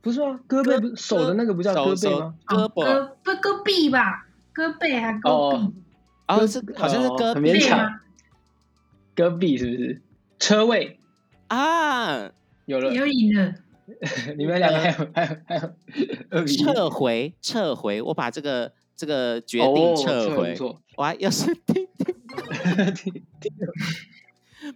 Speaker 5: 不是吗？胳背不是手的那个不叫
Speaker 1: 手
Speaker 5: 胳背
Speaker 1: 手
Speaker 5: 吗？
Speaker 4: 啊
Speaker 1: 胳膊
Speaker 4: 哦胳不胳臂吧？胳啊膊还胳
Speaker 5: 哦
Speaker 4: 臂，
Speaker 1: 哦
Speaker 5: 胳
Speaker 1: 是好像是
Speaker 5: 哦
Speaker 1: 胳
Speaker 5: 很
Speaker 1: 膊
Speaker 5: 勉
Speaker 4: 对
Speaker 5: 强
Speaker 4: 吗？
Speaker 5: 胳臂是不是？车位
Speaker 1: 啊，
Speaker 5: 有了，
Speaker 4: 有赢了，
Speaker 5: 你们两个还有还有还有二比一
Speaker 1: 撤回撤回，我把这个这个决定
Speaker 5: 哦
Speaker 1: 撤
Speaker 5: 得
Speaker 1: 回
Speaker 5: 不。错，
Speaker 1: 哇，要
Speaker 5: *laughs*
Speaker 1: 是听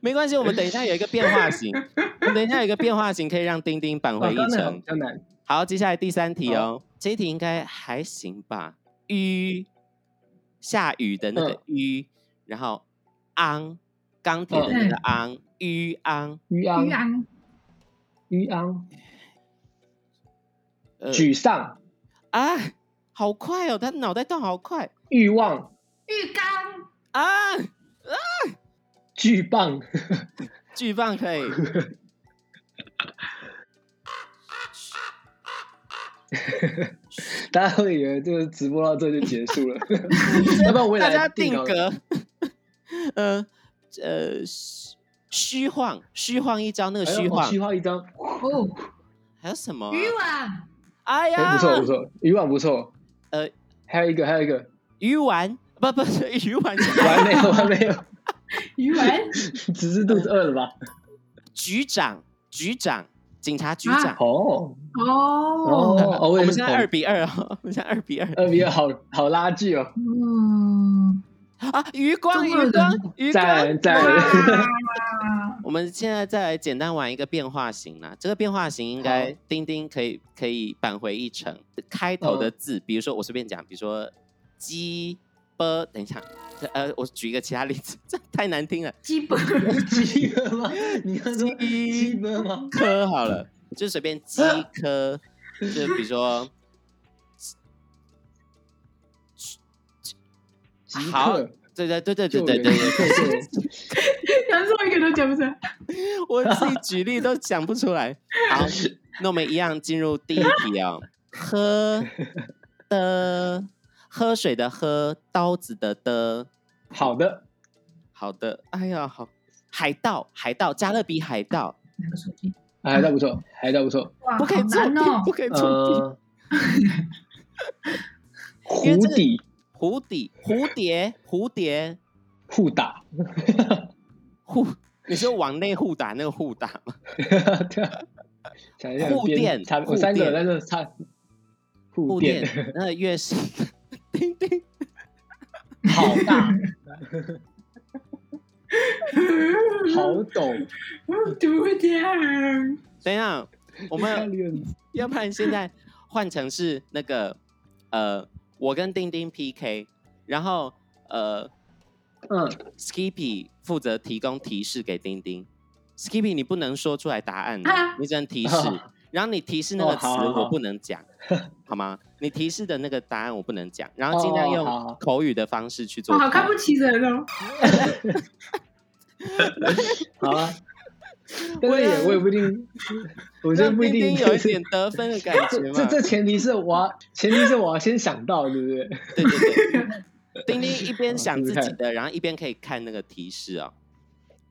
Speaker 1: 没关系，我们等一下有一个变化
Speaker 5: *laughs*
Speaker 1: 型，我们等一下有一个变化型可以让丁丁扳
Speaker 5: 哦
Speaker 1: 回一
Speaker 5: 刚才好
Speaker 1: 城
Speaker 5: 比。较难，
Speaker 1: 好，接下来第三题哦，这一题应该还行吧？雨，下雨的那个
Speaker 5: 嗯
Speaker 1: 雨，然后昂，钢铁的那
Speaker 5: 嗯
Speaker 1: 个昂，雨昂，
Speaker 5: *laughs* 于
Speaker 4: 玉
Speaker 5: 昂
Speaker 4: 安
Speaker 5: 于昂，
Speaker 1: 呃
Speaker 5: 沮丧
Speaker 1: 啊，好快哦，他脑袋动好快
Speaker 5: 欲望
Speaker 4: 浴缸
Speaker 1: 啊！
Speaker 5: 巨棒 *laughs*
Speaker 1: 巨棒可以，
Speaker 5: 大家会以为这个直播到这就结束了，要不然我也
Speaker 1: 大
Speaker 5: 来
Speaker 1: 家
Speaker 5: 定
Speaker 1: 定
Speaker 5: 高
Speaker 1: 格，呃呃，虚虚晃，虚晃一招，那个
Speaker 5: 哎呦
Speaker 1: 虚
Speaker 5: 哦
Speaker 1: 晃，
Speaker 5: 虚晃一张，
Speaker 4: 哦，
Speaker 1: 还有什么啊、
Speaker 4: 渔网
Speaker 1: 哎呀，
Speaker 5: 哎，不错不错，渔网不错。
Speaker 1: 呃，
Speaker 5: 还有一个，还有一个，
Speaker 1: 鱼丸，不不
Speaker 5: *laughs*
Speaker 1: 是鱼丸，
Speaker 5: 我还没有，我还没有，
Speaker 4: 鱼丸
Speaker 5: 只是肚子饿了吧？
Speaker 1: *laughs* 局长，局长，警察局
Speaker 4: 啊
Speaker 1: 长。
Speaker 5: 哦
Speaker 4: 哦，
Speaker 5: 哦哦，我
Speaker 1: 我
Speaker 5: 也
Speaker 1: 们
Speaker 5: 是
Speaker 1: 现在
Speaker 5: 同
Speaker 1: 二比二哦，我们现在二比二
Speaker 5: 二比二，好好垃圾哦！
Speaker 4: 嗯，
Speaker 1: 啊！余光，
Speaker 4: 中国人
Speaker 1: 余光，余
Speaker 5: 在
Speaker 1: 光，
Speaker 5: 在
Speaker 4: 哇
Speaker 1: 我们现在再来简单玩一个变化型啦。这个变化型应该丁丁可以可以扳回一城。开头的字，比如说我随便讲，比如说鸡啵，等一下，呃，我举一个其他例子，这太难听了。
Speaker 4: 基 *laughs* 本
Speaker 5: 鸡哥吗？你刚说鸡哥吗？
Speaker 1: 科好了，就随便鸡科，就比如说
Speaker 5: 极
Speaker 1: 好
Speaker 5: 客
Speaker 1: 对对对对对
Speaker 5: 救
Speaker 1: 对
Speaker 5: 援
Speaker 1: 对，
Speaker 5: 极客队，
Speaker 4: 杨总一个都讲不出来。
Speaker 1: 我自己举例都想不出来。好，那我们一样进入第一题哦。喝的喝水的喝，刀子的的。
Speaker 5: 好的，
Speaker 1: 好的，哎呀，好，海盗，海盗，加勒比海盗，
Speaker 4: 哪个手机？
Speaker 5: 还倒不错，还倒
Speaker 1: *laughs*
Speaker 5: 不错。
Speaker 4: 哇，
Speaker 1: 不可以
Speaker 4: 好
Speaker 1: 作
Speaker 4: 难
Speaker 1: 弊，
Speaker 4: 哦！
Speaker 1: 不可以作弊。
Speaker 5: 呃，
Speaker 1: 因为这个
Speaker 5: 湖底
Speaker 1: *laughs* 蝴蝶，蝴蝶，蝴蝶，
Speaker 5: 互打， *laughs*
Speaker 1: *laughs* 互，你是往内互打那个互打吗？
Speaker 5: 对啊，想一下
Speaker 1: 互
Speaker 5: 边
Speaker 1: 电
Speaker 5: 差
Speaker 1: 互
Speaker 5: 我三个，
Speaker 1: 电
Speaker 5: 但是差互
Speaker 1: 互
Speaker 5: 电
Speaker 1: 电，那个月 *laughs* 是叮叮，
Speaker 5: 好大， *laughs* 好陡，
Speaker 4: 读点
Speaker 1: 等一下，我们要不然现在换成是那个呃，我跟丁丁 PK，然后呃
Speaker 5: 嗯，
Speaker 1: ，Skippy 负责提供提示给丁丁。Skippy，你不能说出来答案哦，
Speaker 4: 啊
Speaker 1: 你只能
Speaker 5: *laughs*
Speaker 1: 提示。然后你提示那
Speaker 5: 哦
Speaker 1: 个词，
Speaker 5: 好好好
Speaker 1: 我不能讲，好吗？你提示的那个答案我不能讲，然后尽量
Speaker 5: 哦
Speaker 1: 用
Speaker 5: 好好
Speaker 1: 口语的方式去做题。
Speaker 4: 哇，好看不起人哦！
Speaker 5: *laughs* 好
Speaker 1: *laughs*
Speaker 5: 啊，但是
Speaker 1: 啊
Speaker 5: 也我也不一定，我觉得
Speaker 1: 让
Speaker 5: 不一
Speaker 1: 丁
Speaker 5: 定
Speaker 1: 丁有
Speaker 5: 就
Speaker 1: 一
Speaker 5: 是
Speaker 1: 点。得分的感觉
Speaker 5: 这
Speaker 1: 嘛
Speaker 5: 这？这前提是我要，前提是我要先想到，对不对？ *laughs*
Speaker 1: *laughs* 对对对，丁 *laughs* 丁一边
Speaker 5: 好
Speaker 1: 想
Speaker 5: 试
Speaker 1: 自
Speaker 5: 试
Speaker 1: 己
Speaker 5: 看
Speaker 1: 的，然后一边可以看那个提示哦。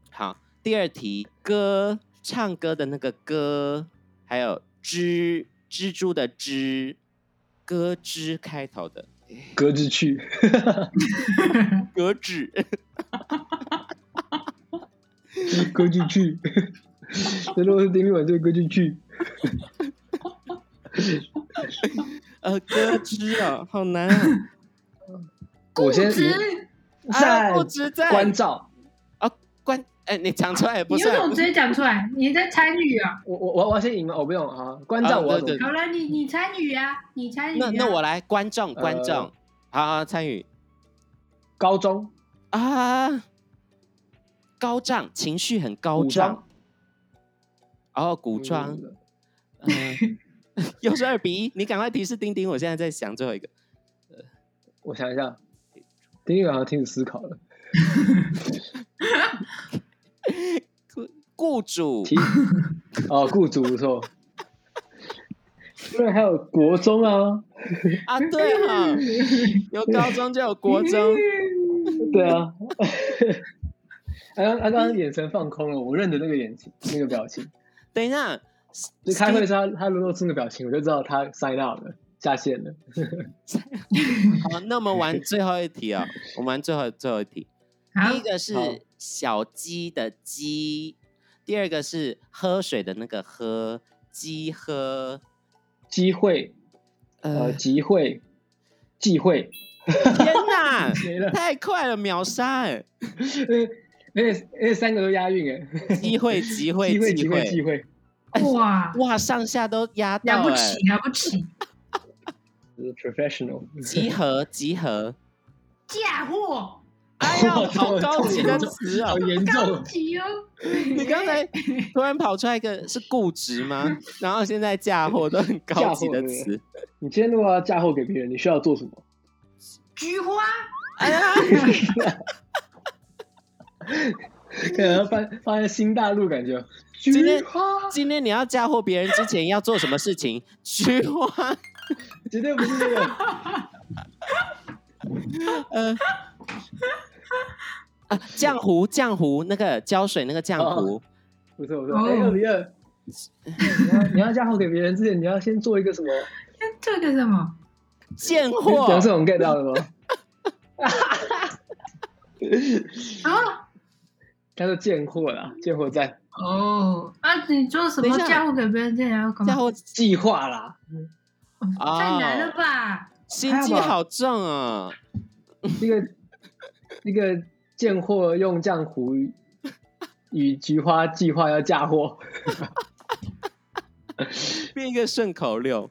Speaker 1: 好，第二题，歌唱歌的那个歌，还有蜘蜘蛛的蜘，咯吱开头的
Speaker 5: 隔着去， *laughs*
Speaker 1: 咯吱，
Speaker 5: 隔着去， *laughs* 这如果是丁力晚就隔着去，
Speaker 1: *laughs* 呃，咯吱 *laughs* 哦，好难啊！
Speaker 5: 我先
Speaker 4: 值，
Speaker 1: 啊，
Speaker 5: 在
Speaker 1: 不知在
Speaker 5: 关照，
Speaker 1: 啊关，哎，你讲出来也不
Speaker 4: 你为什
Speaker 1: 算
Speaker 4: 么直，接讲出来？你在参与啊？
Speaker 5: 我我我我要先赢吗？我不用啊，关照
Speaker 1: 啊
Speaker 5: 我要
Speaker 1: 对
Speaker 5: 怎么
Speaker 1: 对
Speaker 4: 好了，你你参与啊，你参与、啊。
Speaker 1: 那那我来，观众观
Speaker 5: 呃
Speaker 1: 众，好好参与
Speaker 5: 高中
Speaker 1: 啊，高涨，情绪很高
Speaker 5: 武
Speaker 1: 涨
Speaker 5: 装。
Speaker 1: 哦，古装，
Speaker 5: 嗯
Speaker 1: 嗯， *laughs* 又是二比一，你赶快提示丁丁，我现在在想最后一个，
Speaker 5: 我想一下，丁力晚好像停止思考了，
Speaker 1: 雇主
Speaker 5: 提 *laughs* 哦，雇主不错， *laughs* 对，还有国中啊，
Speaker 1: 啊，对哈、 *laughs* 有高中就有国中，
Speaker 5: 对啊， *laughs* 他刚他刚刚眼神放空了，我认得那个眼睛那个表情，
Speaker 1: 等一下，
Speaker 5: 就开会的时候他他露出那个表情，我就知道他 sign out 了，下线了。
Speaker 1: 好，那我们玩最后一题 *laughs* 哦，我们玩最后最后一题，
Speaker 4: 好
Speaker 1: 第一个
Speaker 5: 好
Speaker 1: 是小鸡的鸡，第二个是喝水的那个喝，鸡喝，
Speaker 5: 机会呃
Speaker 1: 呃，
Speaker 5: 集会忌讳，
Speaker 1: 天哪
Speaker 5: *laughs* 没了，
Speaker 1: 太快了，秒杀哎，
Speaker 5: 而且而且三个都押韵哎。
Speaker 1: *laughs* 机会机会
Speaker 5: 机会
Speaker 1: 机
Speaker 5: *laughs* 机
Speaker 1: 会
Speaker 5: 会机会，
Speaker 4: 哇，
Speaker 1: 哇，上下都压到、欸，
Speaker 4: 啊了不起了不起，
Speaker 5: 就是 professional
Speaker 1: 集合集合，
Speaker 4: 嫁祸，
Speaker 1: 哎呀，好高级的词啊
Speaker 5: *laughs* 好！严
Speaker 4: 高
Speaker 5: 重，
Speaker 4: 级哦！
Speaker 1: 你刚才突然跑出来一个是固执吗？然后现在嫁祸都很高级的词，
Speaker 5: 你今天如果要嫁祸给别人，你需要做什
Speaker 1: *laughs*
Speaker 5: 么？
Speaker 4: 菊花，
Speaker 1: 哎呀，
Speaker 5: 可能发发现新大陆感觉。
Speaker 1: 今天
Speaker 5: 菊花
Speaker 1: 今天你要嫁祸别人之前要做什么事情？ *laughs* 菊花，
Speaker 5: 绝对不是那个，
Speaker 1: 呃，啊，浆糊浆糊，那个浇水那个浆糊，
Speaker 5: 不是我说，
Speaker 4: 哦
Speaker 5: 哎，二零二，你要 *laughs* 你要嫁祸给别人之前，你要先做一个什么？
Speaker 4: 这个什么？
Speaker 1: 贱货，
Speaker 5: 梁胜宏 get 到了吗？
Speaker 4: 啊，
Speaker 5: 他说贱货啦，贱货站
Speaker 4: 哦，啊，你做什
Speaker 1: 等
Speaker 4: 么
Speaker 1: 一下
Speaker 4: 嫁祸给别人，这还要干
Speaker 1: 嫁
Speaker 4: 嘛？
Speaker 1: 祸
Speaker 5: 计划啦，
Speaker 1: 哦
Speaker 4: 太难
Speaker 1: 啊
Speaker 4: 了吧？
Speaker 1: 心机好重哦，
Speaker 5: 一个一个贱货用浆糊与菊花计划要嫁祸，
Speaker 1: 变一个顺口溜。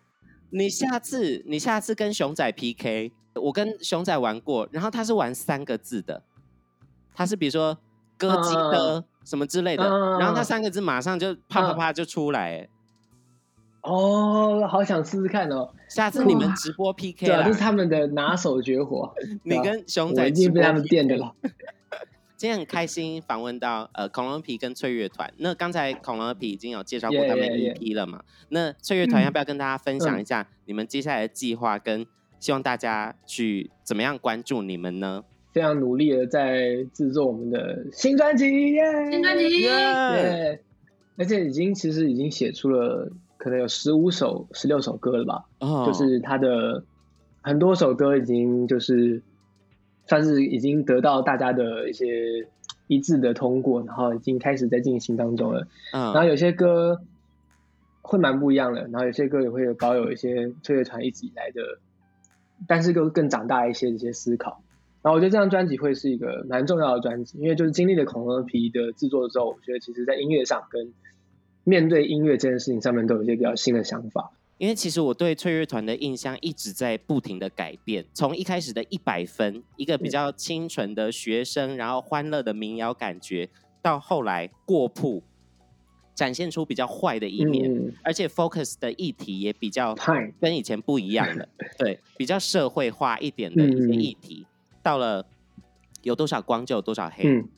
Speaker 1: 你下次你下次跟熊仔 PK，我跟熊仔玩过，然后他是玩三个字的，他是比如说歌姬的什么之类的，
Speaker 5: 嗯
Speaker 1: 然后他三个字马上就啪啪啪就出来、哎
Speaker 5: 哦，好想试试看哦，
Speaker 1: 下次你们
Speaker 4: 哇
Speaker 1: 直播 PK
Speaker 5: 对啊，
Speaker 1: 啦
Speaker 5: 这，是他们的拿手绝活，啊
Speaker 1: 你跟熊
Speaker 5: 我
Speaker 1: 仔
Speaker 5: 一
Speaker 1: 直
Speaker 5: 定被
Speaker 1: 播
Speaker 5: 他们
Speaker 1: PK
Speaker 5: 电的了。
Speaker 1: 今天很开心访问到呃恐龙皮跟翠乐团。那刚才恐龙皮已经有介绍过
Speaker 5: Yeah,
Speaker 1: 他们
Speaker 5: yeah,
Speaker 1: EP 了嘛那翠乐团
Speaker 4: 嗯
Speaker 1: 要不要跟大家分享一下你们接下来的计划，跟希望大家去怎么样关注你们呢？
Speaker 5: 非常努力的在制作我们的新专辑，耶！
Speaker 4: 新专辑
Speaker 5: 耶！而且已经其实已经写出了可能有十五首、十六首歌了吧，
Speaker 1: 哦
Speaker 5: 就是他的很多首歌已经就是算是已经得到大家的一些一致的通过，然后已经开始在进行当中了。然后
Speaker 1: 嗯
Speaker 5: 有些歌会蛮不一样的，然后有些歌也会有保有一些翠乐团一直以来的，但是更更长大一些的一些思考。然后我觉得这张专辑会是一个蛮重要的专辑，因为就是经历了恐龙皮的制作之后，我觉得其实在音乐上跟面对音乐这件事情上面都有一些比较新的想法。
Speaker 1: 因为其实我对翠乐团的印象一直在不停的改变，从一开始的一百分，一
Speaker 5: 嗯
Speaker 1: 个比较清纯的学生，然后欢乐的民谣感觉，到后来过曝，展现出比较坏的一面。
Speaker 5: 嗯
Speaker 1: 而且 focus 的议题也比较
Speaker 5: 嗨
Speaker 1: 跟以前不一样了，对，比较社会化一点的一些议题，到了有多少光就有多少黑
Speaker 5: 嗯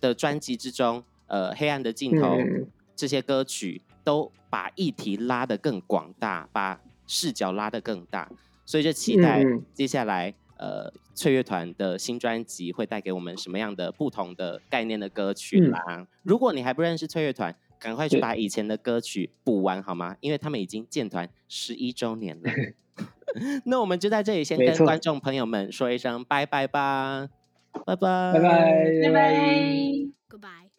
Speaker 1: 的专辑之中，呃，黑暗的尽
Speaker 5: 嗯
Speaker 1: 头
Speaker 5: 嗯
Speaker 1: 这些歌曲都把议题拉得更广大，把视角拉得更大，所以就期待
Speaker 5: 嗯嗯
Speaker 1: 接下来呃翠乐团的新专辑会带给我们什么样的不同的概念的歌曲啦。如果你还不认识翠乐团，赶快去
Speaker 5: 嗯对
Speaker 1: 把以前的歌曲补完好吗？因为他们已经建团十一周年
Speaker 5: *laughs*
Speaker 1: 了。那我们就在这里先
Speaker 5: 没
Speaker 1: 跟
Speaker 5: 错
Speaker 1: 观众朋友们说一声拜拜吧，拜拜，
Speaker 5: 拜拜，
Speaker 4: 拜拜。
Speaker 6: Goodbye.